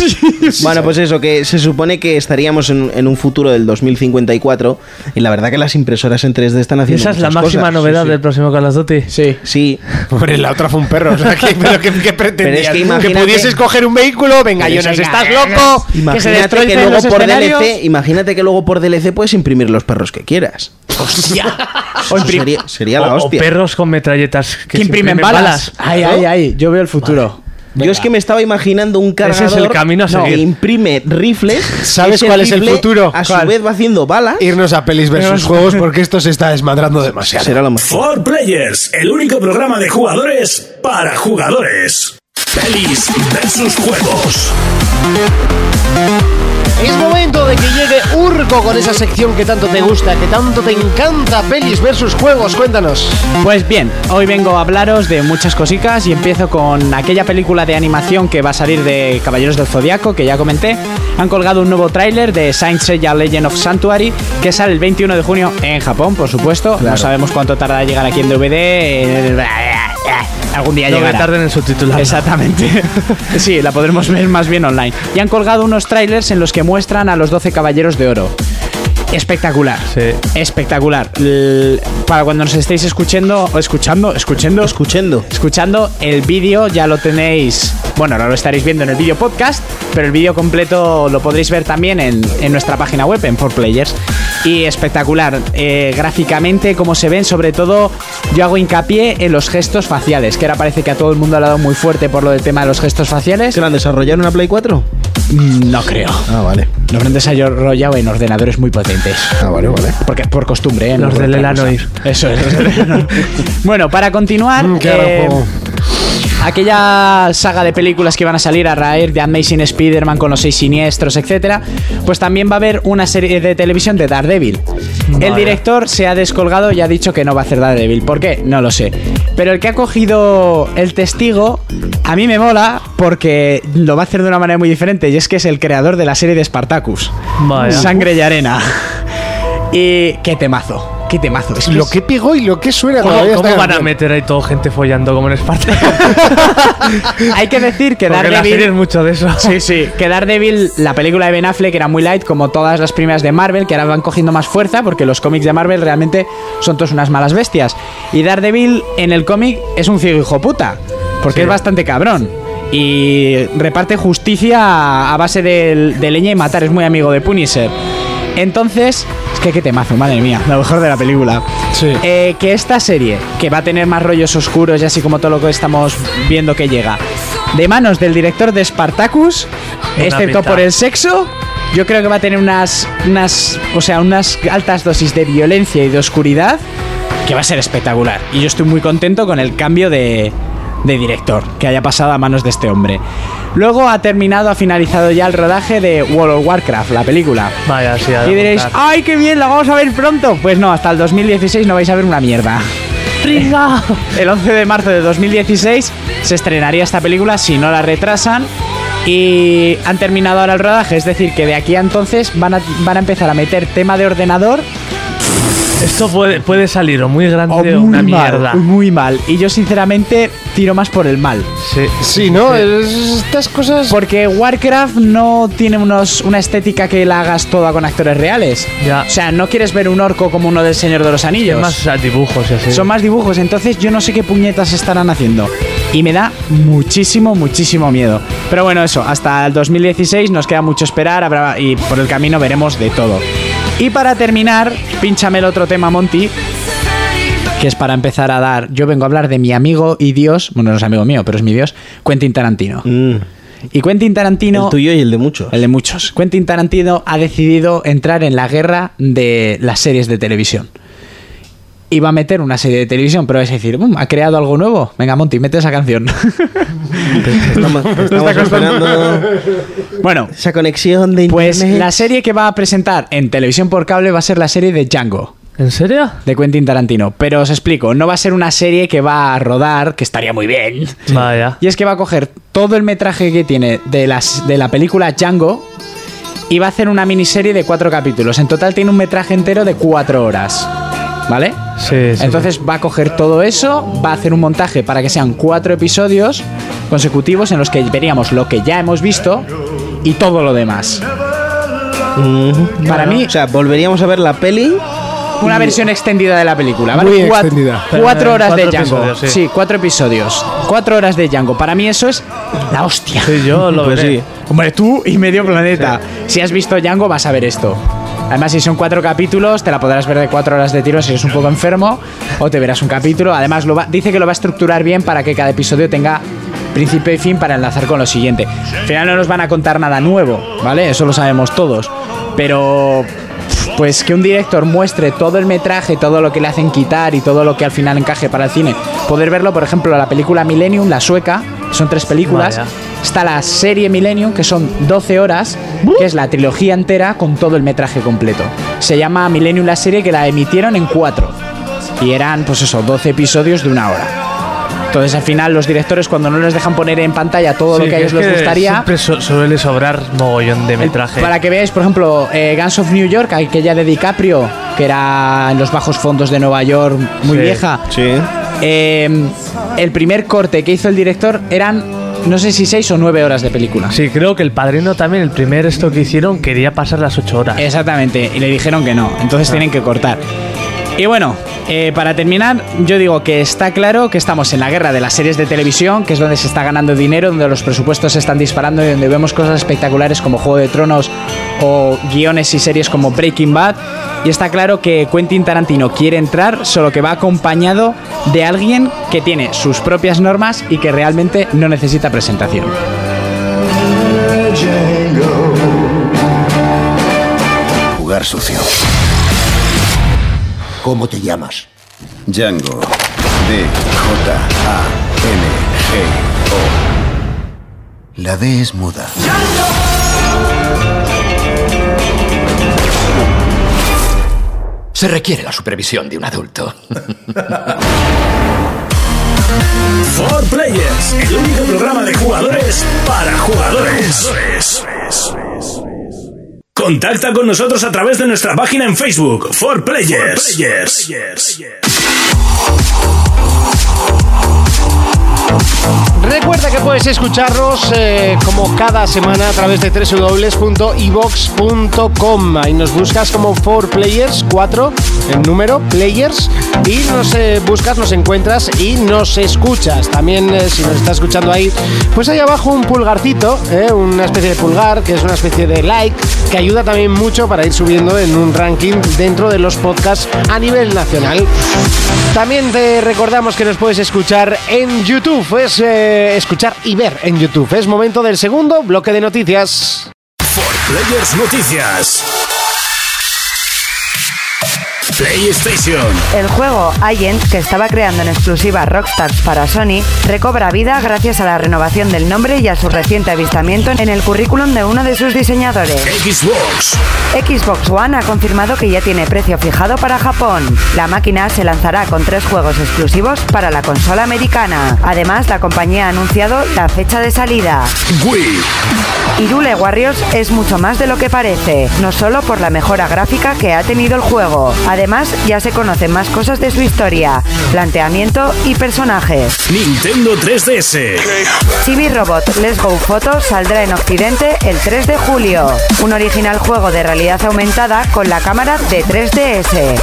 Speaker 5: Bueno, pues eso, que se supone que estaríamos en, en un futuro del 2054 y la verdad que las impresoras en 3D están haciendo
Speaker 6: Esa es la
Speaker 5: muchas
Speaker 6: máxima
Speaker 5: cosas.
Speaker 6: novedad
Speaker 5: Sí, sí.
Speaker 6: del próximo Call of Duty.
Speaker 4: Sí.
Speaker 5: Sí,
Speaker 2: Hombre, la otra fue un perro. O sea, que, pero que, que pretendías?
Speaker 5: que
Speaker 2: que,
Speaker 5: imagínate-
Speaker 2: pudieses coger un vehículo. Venga,
Speaker 5: Pero
Speaker 2: Jonas,
Speaker 5: es que-
Speaker 2: ¿estás loco?
Speaker 5: imagínate que,
Speaker 4: destrocen
Speaker 5: luego
Speaker 4: los
Speaker 5: por
Speaker 4: escenarios.
Speaker 5: DLC, imagínate que luego por DLC puedes imprimir los perros que quieras. Hostia. sería, sería la
Speaker 6: O- o,
Speaker 5: hostia.
Speaker 6: perros con metralletas que,
Speaker 4: Que
Speaker 6: se
Speaker 4: imprimen balas. Ah, Ay, ay, ay. Yo veo el futuro.
Speaker 5: Yo es que me estaba imaginando un
Speaker 6: es
Speaker 5: cargador
Speaker 6: el camino a
Speaker 5: no,
Speaker 6: seguir.
Speaker 5: que imprime rifles.
Speaker 2: ¿Sabes
Speaker 5: ese
Speaker 2: cuál es el
Speaker 5: rifle
Speaker 2: futuro?
Speaker 5: A su
Speaker 2: ¿Cuál?
Speaker 5: vez va haciendo balas.
Speaker 2: Irnos a pelis versus juegos porque esto se está desmadrando demasiado.
Speaker 5: Será lo mejor.
Speaker 1: For Players, el único programa de jugadores para jugadores. Pelis versus juegos.
Speaker 2: Es momento de que llegue Urco con esa sección que tanto te gusta, que tanto te encanta, pelis versus juegos. Cuéntanos.
Speaker 4: Pues bien, hoy vengo a hablaros de muchas cositas y empiezo con aquella película de animación que va a salir de Caballeros del Zodiaco, que ya comenté. Han colgado un nuevo tráiler de Saint Seiya Legend of Sanctuary, que sale el 21 de junio en Japón, por supuesto. No sabemos cuánto tardará en llegar aquí en DVD. eh, Algún día
Speaker 6: No que
Speaker 4: llegará.
Speaker 6: tarden en subtitular.
Speaker 4: Exactamente. Sí, la podremos ver más bien online. Y han colgado unos trailers en los que muestran a los 12 caballeros de oro. Espectacular.
Speaker 6: Sí.
Speaker 4: Espectacular. L- para cuando nos estéis escuchando, escuchando, escuchando,
Speaker 5: Escuchando.
Speaker 4: escuchando el vídeo ya lo tenéis. Bueno, ahora lo estaréis viendo en el vídeo podcast, pero el vídeo completo lo podréis ver también en, en nuestra página web, en 4Players. Y espectacular, eh, gráficamente, como se ven, sobre todo yo hago hincapié en los gestos faciales, que ahora parece que a todo el mundo le ha dado muy fuerte por lo del tema de los gestos faciales.
Speaker 5: ¿Se la han desarrollado en una Play 4?
Speaker 4: Mm, No creo.
Speaker 5: Ah, vale.
Speaker 4: Lo habrán desarrollado en ordenadores muy potentes.
Speaker 5: Ah, vale, vale.
Speaker 4: Porque por costumbre, ¿eh? No
Speaker 6: Los
Speaker 4: por
Speaker 6: del
Speaker 4: otra cosa.
Speaker 6: Elanoir.
Speaker 4: Eso es. los del Elanoir. bueno, para continuar.
Speaker 2: Mm,
Speaker 5: Mm,
Speaker 4: eh,
Speaker 5: pues-
Speaker 4: aquella saga de películas que van a salir a raíz de Amazing Spider-Man con los seis siniestros, etcétera, pues también va a haber una serie de televisión de Daredevil. El director se ha descolgado y ha dicho que no va a hacer Daredevil. ¿Por qué? No lo sé. Pero el que ha cogido el testigo a mí me mola porque lo va a hacer de una manera muy diferente y es que es el creador de la serie de Spartacus.
Speaker 6: Vaya.
Speaker 4: Sangre y arena. Y qué temazo, qué temazo. Es que
Speaker 2: Lo
Speaker 4: es-
Speaker 2: que pegó y lo que suena
Speaker 6: ¿Cómo,
Speaker 2: todavía
Speaker 6: cómo
Speaker 2: está
Speaker 6: van a
Speaker 2: cambiando.
Speaker 6: meter ahí todo gente follando como en Esparta?
Speaker 4: hay que decir que
Speaker 6: Porque la
Speaker 4: Daredevil
Speaker 6: serie es mucho de eso.
Speaker 4: Sí, sí. Que Daredevil, la película de Ben Affleck, era muy light, como todas las primeras de Marvel, que ahora van cogiendo más fuerza, porque los cómics de Marvel realmente son todas unas malas bestias. Y Daredevil en el cómic es un ciego hijo puta, porque es bastante cabrón. Y reparte justicia a- a base de, de leña y matar, es muy amigo de Punisher. Entonces, es que qué temazo, madre mía, lo mejor de la película. Eh, que esta serie, que va a tener más rollos oscuros y así como todo lo que estamos viendo que llega, de manos del director de Spartacus,
Speaker 6: Una
Speaker 4: excepto
Speaker 6: peta.
Speaker 4: por el sexo, yo creo que va a tener unas, unas, o sea, unas altas dosis de violencia y de oscuridad que va a ser espectacular. Y yo estoy muy contento con el cambio de, de director que haya pasado a manos de este hombre. Luego ha terminado, ha finalizado ya el rodaje de World of Warcraft, la película.
Speaker 6: Vaya, sí, a
Speaker 4: Y diréis,
Speaker 6: apuntar.
Speaker 4: ¡ay, qué bien! ¡La vamos a ver pronto! Pues no, hasta el 2016 no vais a ver una mierda. El 11 de marzo de 2016 se estrenaría esta película si no la retrasan. Y han terminado ahora el rodaje, es decir, que de aquí a entonces van a, van a empezar a meter tema de ordenador
Speaker 6: Esto puede, puede salir o muy grande
Speaker 4: o
Speaker 6: o,
Speaker 4: Oh, muy
Speaker 6: una
Speaker 4: mal,
Speaker 6: mierda.
Speaker 4: muy mal. Y yo sinceramente tiro más por el mal.
Speaker 6: Sí.
Speaker 2: Sí, ¿no? Es- Estas cosas.
Speaker 4: Porque Warcraft no tiene unos, una estética que la hagas toda con actores reales.
Speaker 6: Ya.
Speaker 4: O sea, no quieres ver un orco como uno del Señor de los Anillos.
Speaker 6: Es más a dibujos y así.
Speaker 4: Son más dibujos, entonces yo no sé qué puñetas estarán haciendo. Y me da muchísimo, muchísimo miedo. Pero bueno, eso, hasta el 2016 nos queda mucho esperar habrá- y por el camino veremos de todo. Y para terminar, pinchame el otro tema, Monty, que es para empezar a dar. Yo vengo a hablar de mi amigo y Dios, bueno, no es amigo mío, pero es mi Dios, Quentin Tarantino.
Speaker 5: Mm,
Speaker 4: Y Quentin Tarantino.
Speaker 5: El tuyo y el de muchos.
Speaker 4: El de muchos. Quentin Tarantino ha decidido entrar en la guerra de las series de televisión. y va a meter una serie de televisión, pero es decir, "Mm, ha creado algo nuevo. Venga, Monty, mete esa canción.
Speaker 5: Estamos, estamos esperando
Speaker 4: bueno,
Speaker 5: esa conexión de internet.
Speaker 4: pues la serie que va a presentar en televisión por cable va a ser la serie de Django.
Speaker 6: ¿En serio?
Speaker 4: de Quentin Tarantino. Pero os explico, no va a ser una serie que va a rodar, que estaría muy bien.
Speaker 6: Vaya.
Speaker 4: Y es que va a coger todo el metraje que tiene de, las, de la película Django y va a hacer una miniserie de cuatro capítulos. En total tiene un metraje entero de cuatro horas. ¿Vale?
Speaker 6: Sí, sí.
Speaker 4: Entonces va a coger todo eso, va a hacer un montaje para que sean cuatro episodios consecutivos en los que veríamos lo que ya hemos visto y todo lo demás.
Speaker 5: Ujú.
Speaker 4: Para mí,
Speaker 5: O sea, volveríamos a ver la peli.
Speaker 4: una versión extendida de la película, ¿vale?
Speaker 7: Muy
Speaker 4: Cuat-
Speaker 7: extendida.
Speaker 4: Cuatro horas
Speaker 6: Cuatro
Speaker 4: de Django.
Speaker 6: episodios,
Speaker 4: sí.
Speaker 6: sí.
Speaker 4: cuatro episodios. Cuatro horas de Django. Para mí eso es la hostia.
Speaker 6: Sí, yo lo
Speaker 5: Pues
Speaker 6: veré.
Speaker 5: sí.
Speaker 4: Hombre, tú y medio planeta. Si has visto Django, vas a ver esto. Además, si son cuatro capítulos, te la podrás ver de cuatro horas de tiro si eres un poco enfermo, o te verás un capítulo. Además, lo va- dice que lo va a estructurar bien para que cada episodio tenga principio y fin para enlazar con lo siguiente. Al final no nos van a contar nada nuevo, ¿vale? Eso lo sabemos todos. Pero, pues que un director muestre todo el metraje, todo lo que le hacen quitar y todo lo que al final encaje para el cine. Poder verlo, por ejemplo, la película Millennium, la sueca, son tres películas.
Speaker 6: Vaya.
Speaker 4: Está la serie Millennium, que son 12 horas, que es la trilogía entera con todo el metraje completo. Se llama Millennium la serie que la emitieron en 4. Y eran, pues eso, 12 episodios de una hora. Entonces al final los directores cuando no les dejan poner en pantalla todo lo
Speaker 6: Sí,
Speaker 4: que a ellos
Speaker 6: es
Speaker 4: les
Speaker 6: que
Speaker 4: gustaría...
Speaker 6: Siempre so- suele sobrar mogollón de
Speaker 4: el-
Speaker 6: metraje.
Speaker 4: para que veáis, por ejemplo, eh, Guns of New York, aquella de DiCaprio, que era en los bajos fondos de Nueva York, muy
Speaker 6: Sí.
Speaker 4: vieja.
Speaker 5: Sí.
Speaker 4: Eh, el primer corte que hizo el director eran, no sé si 6 o 9 horas de película.
Speaker 6: Sí, creo que el padrino también, el primer esto que hicieron, quería pasar las ocho horas.
Speaker 4: Exactamente, y le dijeron que no, entonces tienen que cortar. Y bueno, eh, para terminar, yo digo que está claro que estamos en la guerra de las series de televisión, que es donde se está ganando dinero, donde los presupuestos se están disparando y donde vemos cosas espectaculares como Juego de Tronos o guiones y series como Breaking Bad. Y está claro que Quentin Tarantino quiere entrar, solo que va acompañado de alguien que tiene sus propias normas y que realmente no necesita presentación.
Speaker 8: Jugar sucio. ¿Cómo te llamas?
Speaker 9: Django. D. J. A. N. G.
Speaker 8: La D es muda.
Speaker 10: Se requiere la supervisión de un adulto.
Speaker 1: For Players, el único programa de jugadores para jugadores. Contacta con nosotros a través de nuestra página en Facebook, For Players.
Speaker 2: Recuerda que puedes escucharnos eh, como cada semana a través de www.ibox.com. Ahí nos buscas como 4players, 4 en número, players, y nos eh, buscas, nos encuentras y nos escuchas. También eh, si nos está escuchando ahí, pues ahí abajo un pulgarcito, eh, una especie de pulgar, que es una especie de like, que ayuda también mucho para ir subiendo en un ranking dentro de los podcasts a nivel nacional. También te recordamos que nos puedes escuchar en YouTube, es eh, escuchar y ver en YouTube. Es momento del segundo bloque de noticias.
Speaker 1: Players Noticias. PlayStation.
Speaker 3: El juego Agent, que estaba creando en exclusiva Rockstar para Sony, recobra vida gracias a la renovación del nombre y a su reciente avistamiento en el currículum de uno de sus diseñadores.
Speaker 1: Xbox.
Speaker 3: Xbox One ha confirmado que ya tiene precio fijado para Japón. La máquina se lanzará con tres juegos exclusivos para la consola americana. Además, la compañía ha anunciado la fecha de salida.
Speaker 1: Wii.
Speaker 3: Irule Warriors es mucho más de lo que parece, no solo por la mejora gráfica que ha tenido el juego. Además, ya se conocen más cosas de su historia, planteamiento y personajes.
Speaker 1: Nintendo 3DS.
Speaker 3: Chibi Robot Let's Go Photo saldrá en Occidente el 3 de julio. Un original juego de realidad aumentada con la cámara de 3DS.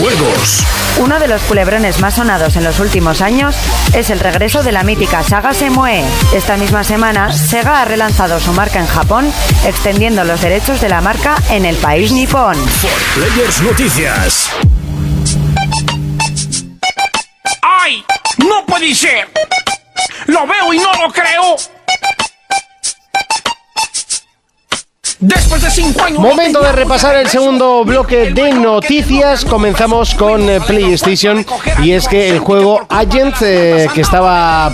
Speaker 1: Juegos.
Speaker 3: Uno de los culebrones más sonados en los últimos años es el regreso de la mítica saga Semoe. Esta misma semana, Sega ha relanzado su marca en Japón, extendiendo los derechos de la marca en el país nipón.
Speaker 1: Players Noticias.
Speaker 11: ¡Ay! ¡No puede ser! ¡Lo veo y no lo creo! Después de cinco años.
Speaker 2: Momento de repasar el segundo bloque de noticias. Comenzamos con eh, PlayStation y es que el juego Agent eh, que estaba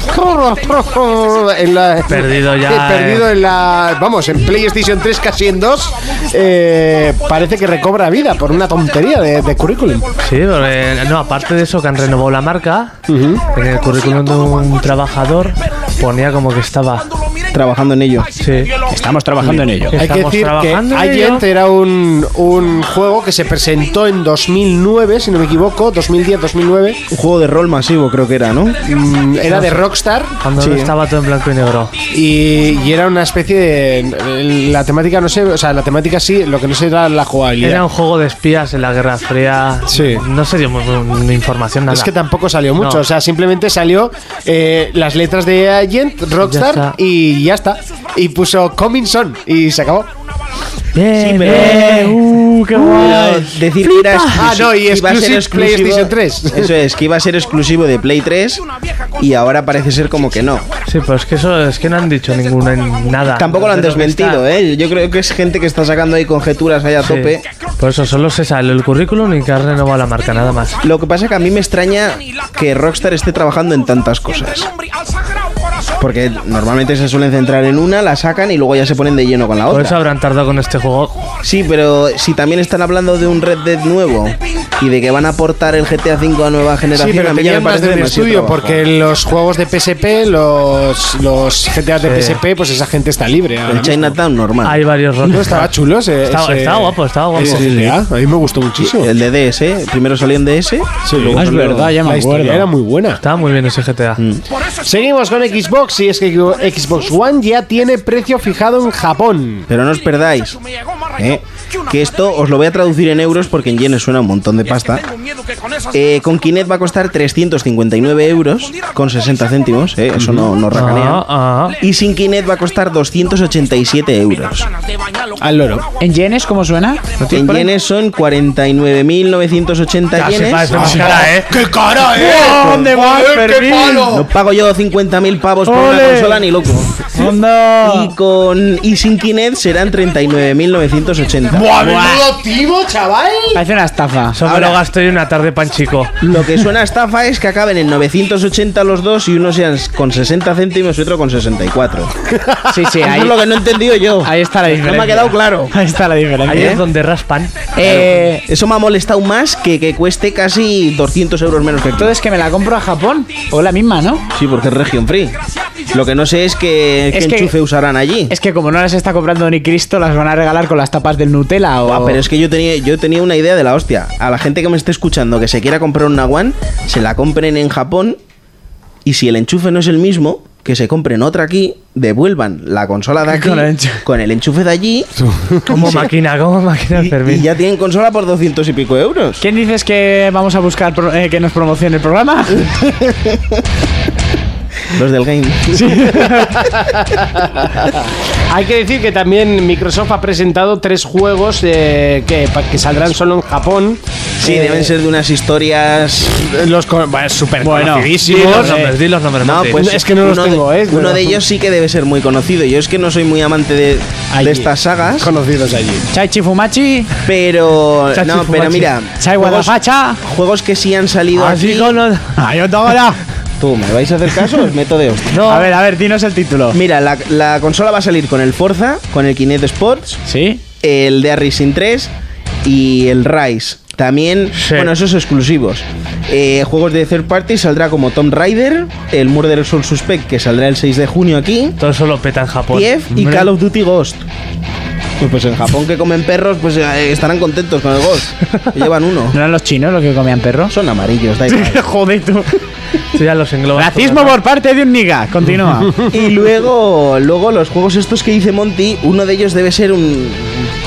Speaker 2: en la-
Speaker 6: Perdido ya, eh.
Speaker 2: perdido en la vamos en PlayStation 3 casi en 2 eh, parece que recobra vida por una tontería de, de currículum.
Speaker 6: Sí, porque, no, aparte de eso, que han renovado la marca, en el currículum de un trabajador ponía como que estaba.
Speaker 5: Trabajando en ello.
Speaker 6: Sí.
Speaker 7: Estamos trabajando en ello.
Speaker 2: Hay que
Speaker 6: Estamos
Speaker 2: decir que
Speaker 6: trabajando en ello.
Speaker 2: Agent era un, un juego que se presentó en 2009, si no me equivoco, 2010-2009.
Speaker 5: Un juego de rol masivo creo que era, ¿no?
Speaker 2: Mm, era de Rockstar
Speaker 6: Cuando
Speaker 5: Sí.
Speaker 6: no estaba todo en blanco y negro.
Speaker 2: y, y era una especie de la temática no sé o sea la temática sí lo que no sé era la jugabilidad
Speaker 6: Era un juego de espías en la Guerra Fría.
Speaker 2: Sí.
Speaker 6: No se dio mu- mu- información nada.
Speaker 2: es que tampoco salió mucho
Speaker 6: No.
Speaker 2: o sea simplemente salió eh, las letras de Agent Rockstar
Speaker 6: Ya está.
Speaker 2: y ya está y puso Coming Soon y se acabó
Speaker 6: Bien,
Speaker 5: pero-
Speaker 6: bien. Uh, qué
Speaker 5: Pero
Speaker 6: guay.
Speaker 5: decir que era exclusivo-
Speaker 2: Ah, no, y
Speaker 5: que iba a ser
Speaker 2: exclusive
Speaker 5: exclusivo-
Speaker 2: PlayStation 3.
Speaker 5: Eso es, que iba a ser exclusivo de Play 3 y ahora parece ser como que no.
Speaker 6: Sí, pero es que eso es que no han dicho ninguna nada.
Speaker 5: Tampoco lo han
Speaker 6: No sé está.
Speaker 5: desmentido, ¿eh? Yo creo que es gente que está sacando ahí conjeturas ahí a
Speaker 6: Sí.
Speaker 5: tope.
Speaker 6: Por eso solo se sale el currículum y que ha renovado la marca, nada más.
Speaker 5: Lo que pasa que a mí me extraña que Rockstar esté trabajando en tantas cosas. Porque normalmente se suelen centrar en una, la sacan y luego ya se ponen de lleno con la
Speaker 6: Por eso
Speaker 5: otra.
Speaker 6: habrán tardado con este juego.
Speaker 5: Sí, pero si también están hablando de un Red Dead nuevo y de que van a aportar el GTA V a nueva generación,
Speaker 2: Sí, pero
Speaker 5: a mí ya me
Speaker 2: tenían más
Speaker 5: parece
Speaker 2: de un
Speaker 5: demasiado
Speaker 2: estudio
Speaker 5: trabajo.
Speaker 2: porque los juegos de PSP, los, los GTA de
Speaker 6: Sí.
Speaker 2: PSP, pues esa gente está libre. ahora
Speaker 5: El
Speaker 2: mismo.
Speaker 5: Chinatown normal.
Speaker 6: Hay varios
Speaker 2: No,
Speaker 6: roles.
Speaker 2: estaba chulo ese.
Speaker 6: Estaba-
Speaker 2: ese-
Speaker 6: estaba guapo, estaba guapo.
Speaker 2: ese
Speaker 6: Sí, sí.
Speaker 2: GTA, A mí me gustó muchísimo.
Speaker 5: El de DS, ¿eh? primero salió en DS. y luego
Speaker 4: Ah, es
Speaker 5: salió-
Speaker 4: verdad, ya
Speaker 2: La
Speaker 4: me
Speaker 2: historia era
Speaker 4: acuerdo.
Speaker 2: muy buena.
Speaker 6: Estaba muy bien ese GTA.
Speaker 5: Mm.
Speaker 2: Seguimos con Xbox y es que Xbox One ya tiene precio fijado en Japón.
Speaker 5: Pero no os perdáis ¿eh? que esto os lo voy a traducir en euros porque en yenes suena un montón de pasta. Eh, con Kinect va a costar 359 euros con 60 céntimos, ¿eh? eso no, no racanean.
Speaker 6: Ah, ah.
Speaker 5: Y sin Kinect va a costar 287 euros.
Speaker 2: Al loro.
Speaker 4: ¿En yenes cómo suena?
Speaker 5: En yenes son 49.980
Speaker 6: Casi
Speaker 5: yenes.
Speaker 6: parece más cara, ¿eh?
Speaker 2: ¡Qué cara, eh!
Speaker 6: ¿Dónde vas, Fermín?
Speaker 5: No pago yo 50.000 pavos por una
Speaker 6: ¡Ole! Ah.
Speaker 5: consola ni loco. Y, con, y sin Kinect serán 39.980.
Speaker 2: ¡Menudo timo, chaval!
Speaker 4: Parece una estafa.
Speaker 6: Eso me lo gasto yo en una tarde pan chico.
Speaker 5: Lo que suena a estafa es que acaben en 980 los dos y uno sean con 60 céntimos y otro con 64.
Speaker 4: Sí, sí,
Speaker 5: Eso
Speaker 4: ahí,
Speaker 5: es lo que no he entendido yo.
Speaker 4: ahí está la
Speaker 5: No
Speaker 4: diferencia.
Speaker 5: me ha quedado claro.
Speaker 4: Ahí está la
Speaker 6: Ahí
Speaker 4: diferencia.
Speaker 6: es donde raspan.
Speaker 4: Eh,
Speaker 5: Eso me ha molestado más que que cueste casi 200 euros menos que aquí.
Speaker 4: entonces que me la compro a Japón o la misma, ¿no?
Speaker 5: Sí, porque es region free. Lo que no sé es que qué
Speaker 4: Es que-
Speaker 5: enchufe usarán allí.
Speaker 4: Es que como no las está comprando ni Cristo, las van a regalar con las tapas del Nutella o.
Speaker 5: Ah, pero es que yo tenía, yo tenía una idea de la hostia. A la gente que me esté escuchando que se quiera comprar una One, se la compren en Japón y si el enchufe no es el mismo, que se compren otra aquí, devuelvan la consola de aquí
Speaker 4: Con el enchu-
Speaker 5: con el enchufe de allí
Speaker 6: Como máquina, como máquina,
Speaker 5: y,
Speaker 6: Fermín.
Speaker 5: y ya tienen consola por 200 y pico euros.
Speaker 4: ¿Quién dices que vamos a buscar pro- eh, que nos promocione el programa?
Speaker 5: Los del game.
Speaker 2: Hay que decir que también Microsoft ha presentado tres juegos eh, que, pa- que saldrán solo en Japón.
Speaker 5: Sí,
Speaker 2: Eh,
Speaker 5: deben ser de unas historias.
Speaker 2: Los con- bueno, super
Speaker 6: Di los
Speaker 2: conocidísimos.
Speaker 6: nombres, di los nombres.
Speaker 5: No,
Speaker 6: Monty.
Speaker 5: pues
Speaker 2: Es que no los
Speaker 5: uno de-
Speaker 2: tengo, ¿eh?
Speaker 5: Uno de ellos sí que debe ser muy conocido. Yo es que no soy muy amante de, de estas sagas,
Speaker 2: Conocidos allí.
Speaker 4: Chaichi Fumachi,
Speaker 5: pero
Speaker 6: Chachi
Speaker 5: no, pero
Speaker 6: Fumachi.
Speaker 5: mira,
Speaker 4: Chai
Speaker 5: juegos,
Speaker 4: Guadafacha.
Speaker 5: juegos que sí han salido
Speaker 6: Así
Speaker 5: aquí.
Speaker 6: Ah, con...
Speaker 5: Tú, ¿me vais a hacer caso? Os meto de hostia.
Speaker 4: A ver, a ver, dinos el título.
Speaker 5: Mira, la, la consola va a salir con el Forza, con el Kinect Sports,
Speaker 4: ¿Sí?
Speaker 5: el de Racing 3 y el Rise. También,
Speaker 6: Sí.
Speaker 5: bueno, esos exclusivos. Eh, juegos de third party saldrá como Tomb Raider, el Murder Soul Suspect, que saldrá el 6 de junio aquí,
Speaker 6: Todo eso lo peta en Japón.
Speaker 5: Tief y
Speaker 6: Pues, Hombre.
Speaker 5: Call of Duty Ghost. Pues, pues en Japón que comen perros, pues eh, estarán contentos con el Ghost. Llevan uno.
Speaker 4: ¿No eran los chinos los que comían perros?
Speaker 5: Son amarillos, da igual.
Speaker 4: Joder, tú.
Speaker 6: Tú ya los englobas.
Speaker 4: Racismo
Speaker 6: todos,
Speaker 4: por parte de un niga. Continúa.
Speaker 5: Y luego, luego los juegos estos que dice Monty, uno de ellos debe ser un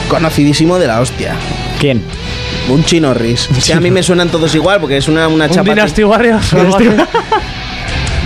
Speaker 5: conocidísimo de la hostia.
Speaker 4: ¿Quién?
Speaker 5: Un chino ris. O sea, a mí me suenan todos igual porque es una, una
Speaker 6: ¿no? Un
Speaker 5: chapa.
Speaker 6: Dynasty Warriors. o algo así.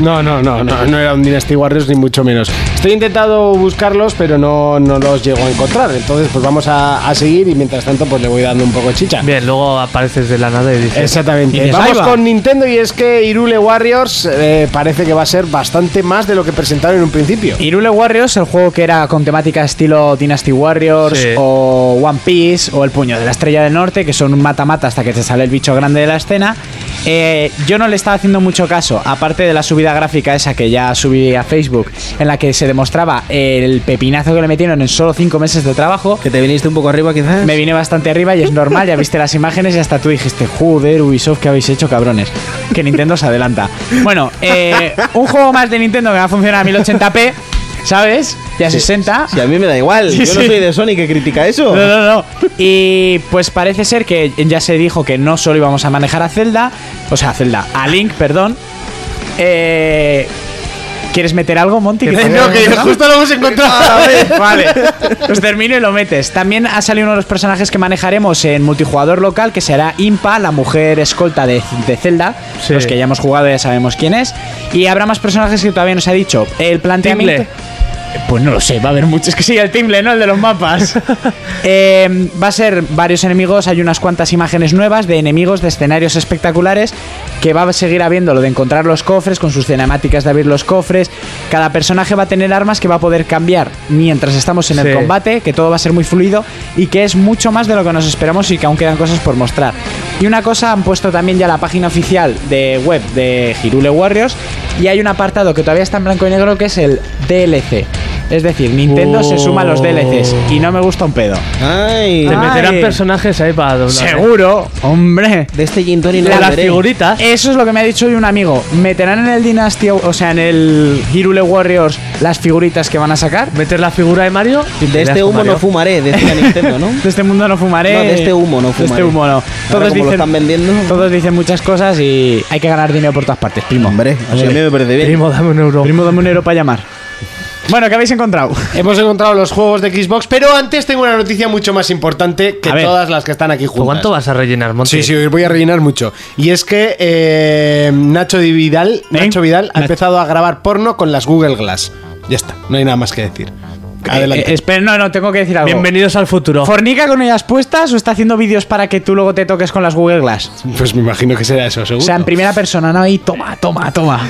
Speaker 7: No, no, no, no, no era un Dynasty Warriors ni mucho menos. Estoy intentando buscarlos, pero no, no los llego a encontrar. Entonces, pues vamos a, a seguir y mientras tanto, pues le voy dando un poco de chicha.
Speaker 6: Bien, luego apareces de la nada y dices.
Speaker 7: Exactamente.
Speaker 6: "Y dices,
Speaker 7: Vamos
Speaker 6: "Ahí va".
Speaker 7: con Nintendo y es que Irule Warriors eh, parece que va a ser bastante más de lo que presentaron en un principio.
Speaker 4: Irule Warriors, el juego que era con temática estilo Dynasty Warriors
Speaker 7: Sí.
Speaker 4: o One Piece o El Puño de la Estrella del Norte, que son un mata-mata hasta que te sale el bicho grande de la escena. Eh, yo no le estaba haciendo mucho caso, aparte de la subida gráfica esa que ya subí a Facebook, en la que se demostraba el pepinazo que le metieron en solo 5 meses de trabajo.
Speaker 5: ¿Que te viniste un poco arriba quizás?
Speaker 4: Me vine bastante arriba y es normal, ya viste las imágenes y hasta tú dijiste, joder, Ubisoft, ¿qué habéis hecho, cabrones? Que Nintendo se adelanta. Bueno, eh, un juego más de Nintendo que va a funcionar a 1080p, ¿sabes? Y a 60.
Speaker 5: Si a mí me da igual,
Speaker 4: Sí,
Speaker 5: yo no
Speaker 4: sí.
Speaker 5: soy de Sony que critica eso.
Speaker 4: No, no, no. Y pues parece ser que ya se dijo que no solo íbamos a manejar a Zelda, o sea, a Zelda, a Link, perdón. Eh, ¿Quieres meter algo, Monty?
Speaker 7: Que no, que justo
Speaker 4: lo hemos encontrado.
Speaker 7: Vale.
Speaker 4: vale, pues termino y lo metes. También ha salido uno de los personajes que manejaremos en multijugador local, que será Impa, la mujer escolta de, de Zelda. Los que ya hemos jugado ya sabemos quién es. Y habrá más personajes que todavía no se ha dicho. El planteamiento...
Speaker 6: Timble.
Speaker 4: Pues no lo sé, va a haber muchos que sí, el timble, ¿no? El de los mapas. Eh, va a ser varios enemigos, hay unas cuantas imágenes nuevas de enemigos, de escenarios espectaculares, que va a seguir habiendo lo de encontrar los cofres, con sus cinemáticas de abrir los cofres. Cada personaje va a tener armas que va a poder cambiar mientras estamos en el
Speaker 6: Sí.
Speaker 4: combate, que todo va a ser muy fluido y que es mucho más de lo que nos esperamos y que aún quedan cosas por mostrar. Y una cosa, han puesto también ya la página oficial de web de Girule Warriors y hay un apartado que todavía está en blanco y negro que es el DLC. Es decir, Nintendo se suma a los DLCs y no me gusta un pedo.
Speaker 5: Ay. Ah,
Speaker 6: Te meterán
Speaker 4: Ay.
Speaker 6: personajes ahí para doblar. ¿eh?
Speaker 4: Seguro, hombre.
Speaker 5: De este Gin Tony no
Speaker 4: La-
Speaker 5: volveré.
Speaker 4: Eso es lo que me ha dicho hoy un amigo. Meterán en el Dynasty, o sea, en el Girule Warriors las figuritas que van a sacar.
Speaker 6: ¿Meter la figura de Mario?
Speaker 5: De este humo no fumaré, decía Nintendo, ¿no?
Speaker 4: De este mundo no fumaré.
Speaker 5: No, de este humo no
Speaker 4: De
Speaker 5: fumaré.
Speaker 4: este humo no.
Speaker 5: Ahora
Speaker 4: Todos
Speaker 5: como lo
Speaker 4: dicen,
Speaker 5: están vendiendo.
Speaker 4: todos dicen muchas cosas y hay que ganar dinero por todas partes, primo.
Speaker 5: Hombre, o sea, a mí me parece bien.
Speaker 6: Primo, dame un euro.
Speaker 4: Primo, dame un euro para llamar. Bueno, ¿qué habéis encontrado?
Speaker 7: Hemos encontrado los juegos de Xbox, pero antes tengo una noticia mucho más importante que
Speaker 6: A ver.
Speaker 7: todas las que están aquí juntas.
Speaker 6: ¿Cuánto vas a rellenar, Monty?
Speaker 7: Sí, sí, os voy a rellenar mucho. Y es que eh, Nacho Di Vidal, Nacho Vidal ha empezado a grabar porno con las Google Glass. Ya está, no hay nada más que decir. Adelante.
Speaker 4: Eh, eh, espera, no, no, tengo que decir algo.
Speaker 6: Bienvenidos al futuro.
Speaker 4: ¿Fornica con ellas puestas o está haciendo vídeos para que tú luego te toques con las Google Glass?
Speaker 7: pues me imagino que será eso,
Speaker 4: O
Speaker 7: seguro.
Speaker 4: sea, en primera persona, ¿no? Y toma, toma, toma.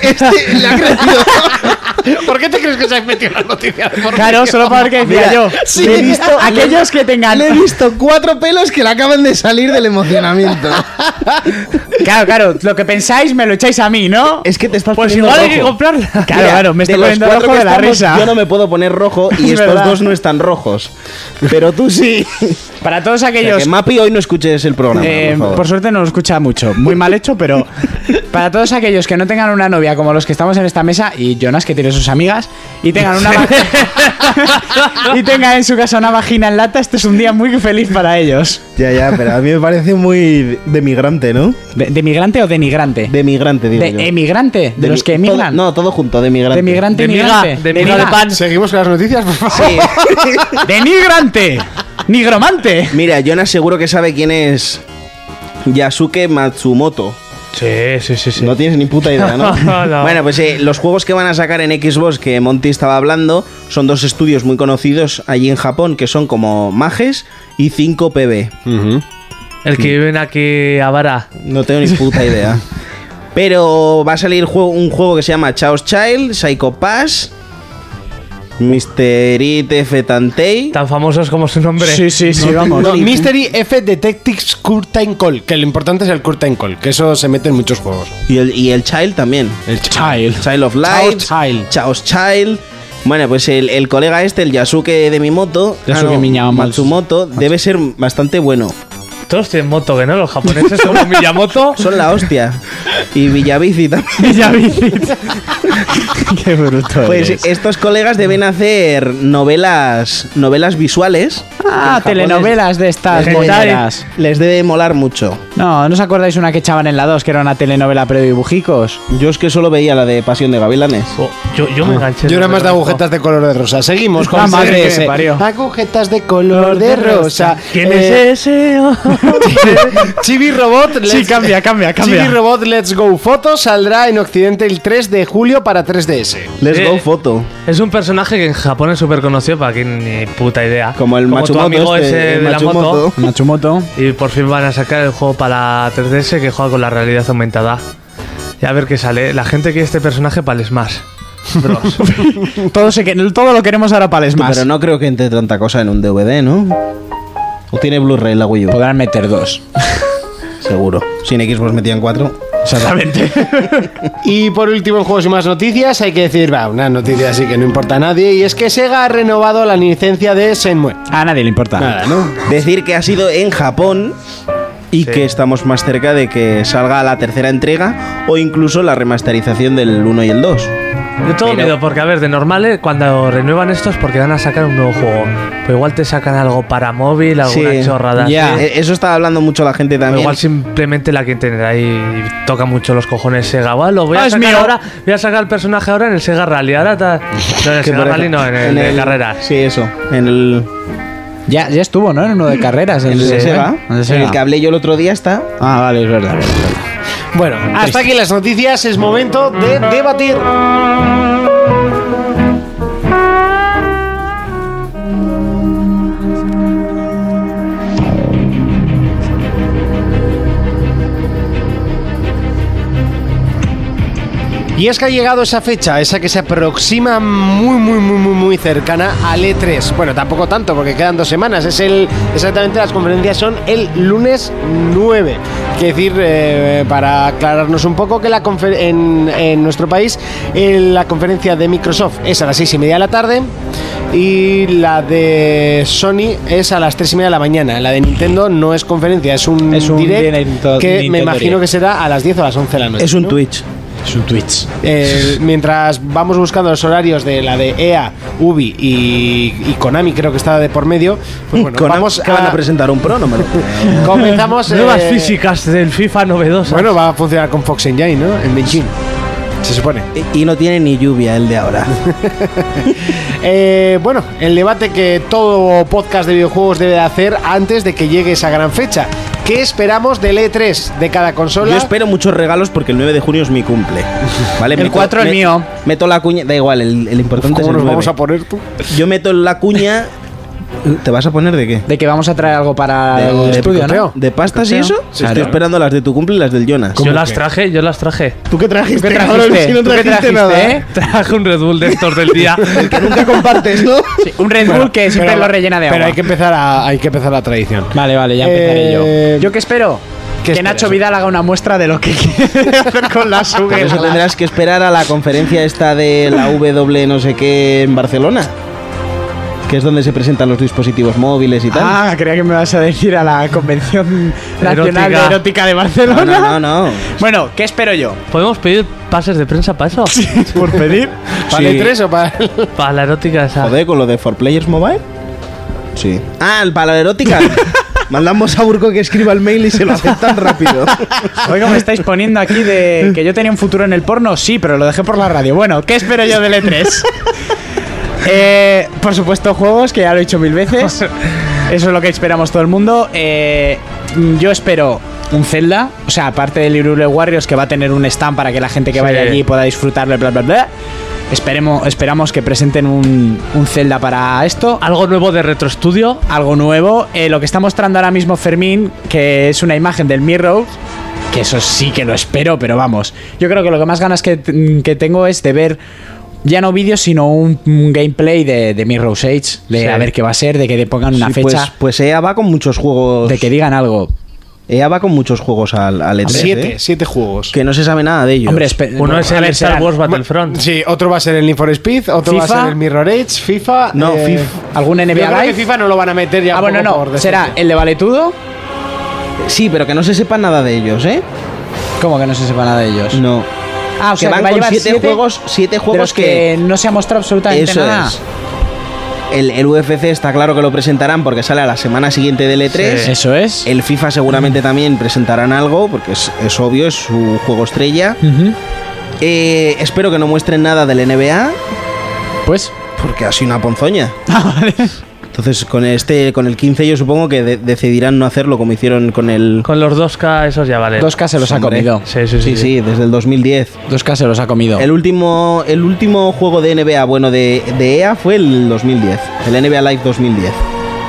Speaker 5: Este
Speaker 7: ¿Por qué te crees que se ha metido la noticia de porno?
Speaker 4: Claro, solo para ver qué decía
Speaker 5: Mira,
Speaker 4: yo.
Speaker 5: sí.
Speaker 4: Le he visto aquellos que tengan.
Speaker 5: Le he visto cuatro pelos que le acaban de salir del emocionamiento.
Speaker 4: Claro, claro, lo que pensáis me lo echáis a mí, ¿no?
Speaker 5: Es que te estás
Speaker 6: Pues
Speaker 5: poniendo
Speaker 6: igual hay que
Speaker 5: rojo.
Speaker 6: comprarla.
Speaker 4: Claro,
Speaker 5: Mira,
Speaker 4: claro, me
Speaker 5: de
Speaker 4: estoy
Speaker 5: los
Speaker 4: poniendo
Speaker 5: cuatro
Speaker 4: rojo
Speaker 5: que
Speaker 4: de la
Speaker 5: estamos,
Speaker 4: risa.
Speaker 5: Yo no me puedo poner rojo y
Speaker 4: Es
Speaker 5: estos
Speaker 4: verdad.
Speaker 5: dos no están rojos. Pero tú sí.
Speaker 4: Para todos
Speaker 5: O sea,
Speaker 4: aquellos.
Speaker 5: que Mapi hoy no escuches el programa.
Speaker 4: eh,
Speaker 5: por favor.
Speaker 4: por suerte no lo escucha mucho, muy mal hecho, pero para todos aquellos que no tengan una novia como los que estamos en esta mesa y Jonas que tiene sus amigas y tengan una va- y tengan en su casa una vagina en lata, este es un día muy feliz para ellos.
Speaker 5: Ya, ya, pero a mí me parece muy de migrante, ¿no?
Speaker 4: ¿De, de migrante o denigrante?
Speaker 5: De migrante, digo
Speaker 4: De
Speaker 5: yo.
Speaker 4: emigrante, de,
Speaker 5: mi-
Speaker 4: los que emigran.
Speaker 5: todo- no, todo junto, de migrante.
Speaker 4: de migrante,
Speaker 6: De miga,
Speaker 4: emigrante.
Speaker 6: de miga de pan.
Speaker 7: Seguimos con las noticias, por favor.
Speaker 5: Sí.
Speaker 4: ¡Denigrante! ¡Nigromante!
Speaker 5: Mira, Jonas seguro que sabe quién es Yasuke Matsumoto.
Speaker 6: Sí, sí, sí. sí.
Speaker 5: No tienes ni puta idea, ¿no?
Speaker 6: No.
Speaker 5: Bueno, pues eh, los juegos que van a sacar en Xbox que Monty estaba hablando son dos estudios muy conocidos allí en Japón que son como Mages y 5PB.
Speaker 6: El que viven aquí a vara.
Speaker 5: No tengo ni puta idea. Pero va a salir juego- un juego que se llama Chaos Child, Psycho Pass, Mr. It Tantei.
Speaker 6: Tan famosos como su nombre.
Speaker 4: Sí, sí, sí, vamos.
Speaker 7: No, Mystery F Detectives Curtain Call, que lo importante es el Curtain Call, que eso se mete en muchos juegos.
Speaker 5: Y el, y el Child también.
Speaker 7: El
Speaker 4: Child.
Speaker 5: Child of Light.
Speaker 4: Chaos Child.
Speaker 5: Chaos Child. Bueno, pues el, el colega este, el Yasuke de Mimoto,
Speaker 4: Yasuke Miyamoto.
Speaker 5: Matsumoto, debe ser bastante bueno.
Speaker 6: Todos tienen moto, que no, los japoneses son como Miyamoto.
Speaker 5: Son la hostia. Y Villavici también.
Speaker 4: Ya vicis. Qué bruto.
Speaker 5: Pues
Speaker 4: eres.
Speaker 5: estos colegas deben hacer novelas novelas visuales.
Speaker 4: Ah,
Speaker 5: En Japón
Speaker 4: telenovelas de estas
Speaker 5: les- les debe-
Speaker 4: modernas.
Speaker 5: Les debe molar mucho.
Speaker 4: No, ¿no os acordáis una que echaban en la 2 que era una telenovela pero de dibujicos?
Speaker 5: Yo es que solo veía la de Pasión de Gavilanes.
Speaker 6: Oh, yo, yo me enganché.
Speaker 7: Yo era
Speaker 6: no
Speaker 7: más de
Speaker 6: reconozco.
Speaker 7: agujetas de color de rosa. Seguimos con
Speaker 4: La madre
Speaker 7: Sergio.
Speaker 4: que me parió.
Speaker 7: Agujetas de color de rosa.
Speaker 6: ¿Quién
Speaker 7: Eh,
Speaker 6: es ese?
Speaker 12: Chibi Robot.
Speaker 4: este? Sí, cambia, cambia, cambia.
Speaker 2: Chibi Robot Let's Go Photo saldrá en Occidente el 3 de julio para 3DS.
Speaker 5: Let's
Speaker 6: Eh,
Speaker 5: go foto.
Speaker 6: Es un personaje que en Japón es súper conocido, para quien ni puta idea.
Speaker 5: Como el
Speaker 6: tu
Speaker 5: Matsumoto
Speaker 6: amigo
Speaker 5: este,
Speaker 6: ese
Speaker 5: el
Speaker 6: de la moto.
Speaker 5: Matsumoto.
Speaker 4: Matsumoto.
Speaker 6: Y por fin van a sacar el juego para 3DS que juega con la realidad aumentada. Y a ver qué sale. La gente quiere este personaje para el Smash. Bros.
Speaker 4: Todo, se que- todo lo queremos ahora para el Smash.
Speaker 5: Pero no creo que entre tanta cosa en un DVD, ¿no? O tiene Blu-ray la Wii U.
Speaker 4: Podrán meter dos.
Speaker 5: Seguro. Sin Xbox metían cuatro.
Speaker 4: Exactamente.
Speaker 2: Y por último, en juegos y más noticias, hay que decir, va, una noticia así que no importa a nadie, y es que Sega ha renovado la licencia de Shenmue.
Speaker 4: A nadie le importa.
Speaker 2: Nada, ¿no?
Speaker 5: Decir que ha sido en Japón y que estamos más cerca de que salga la tercera entrega o incluso la remasterización del 1 y el 2.
Speaker 6: Yo tengo miedo porque, a ver, de normal eh, cuando renuevan estos porque van a sacar un nuevo juego. Pero igual te sacan algo para móvil, alguna
Speaker 5: Sí.
Speaker 6: chorrada.
Speaker 5: Ya,
Speaker 6: así.
Speaker 5: e- Eso está hablando mucho la gente
Speaker 6: O
Speaker 5: también.
Speaker 6: igual simplemente la que tendrá ahí toca mucho los cojones Sega. Va, lo voy a
Speaker 4: Ah, es
Speaker 6: sacar
Speaker 4: mío.
Speaker 6: ahora. Voy a sacar el personaje ahora en el Sega Rally. Ahora ta- No, en el
Speaker 5: Que
Speaker 6: Sega
Speaker 5: por
Speaker 6: Rally
Speaker 5: ejemplo,
Speaker 6: no, en el, de carreras.
Speaker 5: Sí, eso. En el,
Speaker 4: Ya, ya estuvo, ¿no? En uno de carreras.
Speaker 5: en el de
Speaker 4: Sí.
Speaker 5: Sega.
Speaker 4: En el de
Speaker 5: En
Speaker 4: Sega.
Speaker 5: el que hablé yo el otro día está.
Speaker 4: Ah, vale, es verdad. es verdad.
Speaker 2: Bueno,
Speaker 6: Ah,
Speaker 4: ah,
Speaker 2: hasta aquí las noticias, es momento de debatir. Y es que ha llegado esa fecha, esa que se aproxima muy, muy, muy, muy, muy cercana al E3. Bueno, tampoco tanto, porque quedan dos semanas. Es el, exactamente las conferencias son el lunes 9. Que decir, eh, para aclararnos un poco, que la confer- en, en nuestro país eh, la conferencia de Microsoft es a las seis y media de la tarde y la de Sony es a las tres y media de la mañana. La de Nintendo no es conferencia, es un,
Speaker 4: Es un
Speaker 2: direct
Speaker 4: Nintendo-
Speaker 2: que me
Speaker 4: Nintendo
Speaker 2: imagino
Speaker 4: Direct.
Speaker 2: que será a las 10 o a las 11 de la noche.
Speaker 5: Es un
Speaker 2: ¿no?
Speaker 5: Twitch.
Speaker 4: Es un Twitch.
Speaker 2: Eh, mientras vamos buscando los horarios de la de EA, Ubi y, y Konami, creo que está de por medio, pues bueno,
Speaker 5: Con-
Speaker 2: vamos
Speaker 5: que van a presentar un pro, no me lo creo.
Speaker 2: comenzamos.
Speaker 6: Nuevas
Speaker 2: eh,
Speaker 6: físicas del FIFA novedosas.
Speaker 2: Bueno, va a funcionar con Fox Engine, ¿no? En Beijing. Se supone.
Speaker 5: Y- y no tiene ni lluvia el de ahora.
Speaker 2: Eh, bueno, el debate que todo podcast de videojuegos debe de hacer antes de que llegue esa gran fecha. ¿Qué esperamos del E3 de cada consola?
Speaker 5: Yo espero muchos regalos porque el 9 de junio es mi cumple. ¿Vale?
Speaker 4: El
Speaker 5: Meto-
Speaker 4: 4 es
Speaker 5: me-
Speaker 4: mío.
Speaker 5: Meto la cuña. Da igual, el, el importante es
Speaker 2: ¿Cómo nos
Speaker 5: el 9.
Speaker 2: vamos a poner tú?
Speaker 5: Yo meto la cuña. ¿Te vas a poner de qué?
Speaker 4: De que vamos a traer algo para el estudio,
Speaker 5: picoteo?
Speaker 4: ¿no?
Speaker 5: ¿De pastas y eso?
Speaker 4: Picoteo.
Speaker 5: Estoy
Speaker 4: Claro.
Speaker 5: esperando las de tu cumple y las del Jonas.
Speaker 6: yo las traje, yo las traje.
Speaker 2: ¿Tú qué trajiste?
Speaker 4: ¿Qué
Speaker 2: cabrón?
Speaker 4: trajiste?
Speaker 2: Si no
Speaker 4: ¿Tú qué
Speaker 2: trajiste, nada.
Speaker 4: trajiste, eh?
Speaker 6: Traje un Red Bull de estos del día.
Speaker 5: Nunca compartes, ¿no?
Speaker 4: Sí, un Red Bull que siempre lo rellena de agua.
Speaker 2: Pero hay que empezar a, hay que empezar la tradición.
Speaker 4: Vale, vale, ya
Speaker 2: Eh,
Speaker 4: empezaré yo. ¿Yo qué espero?
Speaker 2: ¿qué
Speaker 4: que
Speaker 2: esperas?
Speaker 4: Nacho Vidal haga una muestra de lo que quiere hacer con la
Speaker 5: Pero eso
Speaker 4: sugar.
Speaker 5: tendrás que esperar a la conferencia esta de la W no sé qué en Barcelona. Que es donde se presentan los dispositivos móviles y tal.
Speaker 4: Ah, creía que me vas a decir a la Convención Nacional
Speaker 6: Erótica.
Speaker 4: de Erótica de
Speaker 5: no,
Speaker 4: Barcelona.
Speaker 5: no, no, no.
Speaker 4: Bueno, ¿qué espero yo?
Speaker 6: ¿Podemos pedir pases de prensa para eso?
Speaker 4: Por pedir.
Speaker 2: ¿Para
Speaker 5: Sí.
Speaker 2: el E3 o para el
Speaker 6: Para la erótica esa.
Speaker 5: Joder, con lo de For Players Mobile. Ah. Sí. Ah, el para la erótica. Mandamos a Burko que escriba el mail y se lo aceptan rápido.
Speaker 4: Oiga, me estáis poniendo aquí de que yo tenía un futuro en el porno. Sí, pero lo dejé por la radio. Bueno, ¿qué espero yo del E3? Eh, por supuesto, juegos, que ya lo he dicho mil veces. Eso es lo que esperamos todo el mundo. Eh, yo espero un Zelda, o sea, aparte del Irule Warriors, que va a tener un stand para que la gente que vaya
Speaker 6: Sí.
Speaker 4: allí pueda disfrutarlo, bla, bla, bla. Esperemos, esperamos que presenten un, un Zelda para esto
Speaker 6: Algo nuevo de Retro Studio.
Speaker 4: algo nuevo. Eh, lo que está mostrando ahora mismo Fermín, que es una imagen del Mirror, que eso sí que lo espero, pero vamos. Yo creo que lo que más ganas que, que tengo es de ver ya no vídeos, sino un, un gameplay de, de Mirror's Edge, de
Speaker 6: Sí.
Speaker 4: a ver qué va a ser, de que le pongan una
Speaker 5: Sí, Pues,
Speaker 4: fecha,
Speaker 5: pues EA va con muchos juegos.
Speaker 4: de que digan algo.
Speaker 5: EA va con muchos juegos al, al E3.
Speaker 2: 7?
Speaker 5: ¿eh?
Speaker 2: 7 juegos.
Speaker 5: Que no se sabe nada de ellos.
Speaker 4: Hombre, espe-
Speaker 6: Uno
Speaker 4: Eh, no,
Speaker 6: es
Speaker 4: a
Speaker 6: el
Speaker 4: ver,
Speaker 6: Star
Speaker 4: serán-
Speaker 6: Wars Battlefront.
Speaker 2: Sí, otro va a ser el Need for Speed, otro va
Speaker 4: FIFA.
Speaker 2: a ser el Mirror Edge, FIFA.
Speaker 5: No,
Speaker 2: eh,
Speaker 5: FIFA.
Speaker 4: ¿Algún
Speaker 2: Yo creo
Speaker 4: NBA
Speaker 2: que
Speaker 4: Live?
Speaker 2: FIFA no lo van a meter ya.
Speaker 4: Ah, bueno,
Speaker 2: un poco por
Speaker 4: no.
Speaker 2: defecto.
Speaker 4: ¿Será el de Valetudo?
Speaker 5: Sí, pero que no se sepa nada de ellos, ¿eh?
Speaker 4: ¿Cómo que no se sepa nada de ellos?
Speaker 5: No.
Speaker 4: Ah, o sea,
Speaker 5: que van
Speaker 4: va a
Speaker 5: con
Speaker 4: llevar
Speaker 5: siete,
Speaker 4: siete
Speaker 5: juegos, siete
Speaker 4: de los
Speaker 5: juegos
Speaker 4: que,
Speaker 5: que,
Speaker 4: no se ha mostrado absolutamente
Speaker 5: eso
Speaker 4: nada.
Speaker 5: es. El, el UFC está claro que lo presentarán porque sale a la semana siguiente del E E3.
Speaker 6: Sí.
Speaker 4: Eso es.
Speaker 5: El FIFA seguramente también presentarán algo porque es, es obvio, es su juego estrella.
Speaker 4: Ujú.
Speaker 5: Eh, espero que no muestren nada del NBA
Speaker 4: Pues
Speaker 5: Ah, porque ha sido una ponzoña. Entonces, con este, con el 15 yo supongo que de- decidirán no hacerlo como hicieron con el...
Speaker 6: Con los 2K esos ya vale.
Speaker 5: 2K se los ha comido.
Speaker 6: Sí, sí, sí.
Speaker 5: Sí, sí, desde el 2010.
Speaker 4: 2K se los ha comido.
Speaker 5: El último, el último juego de NBA, bueno, de, de EA fue el 2010, el NBA Live 2010.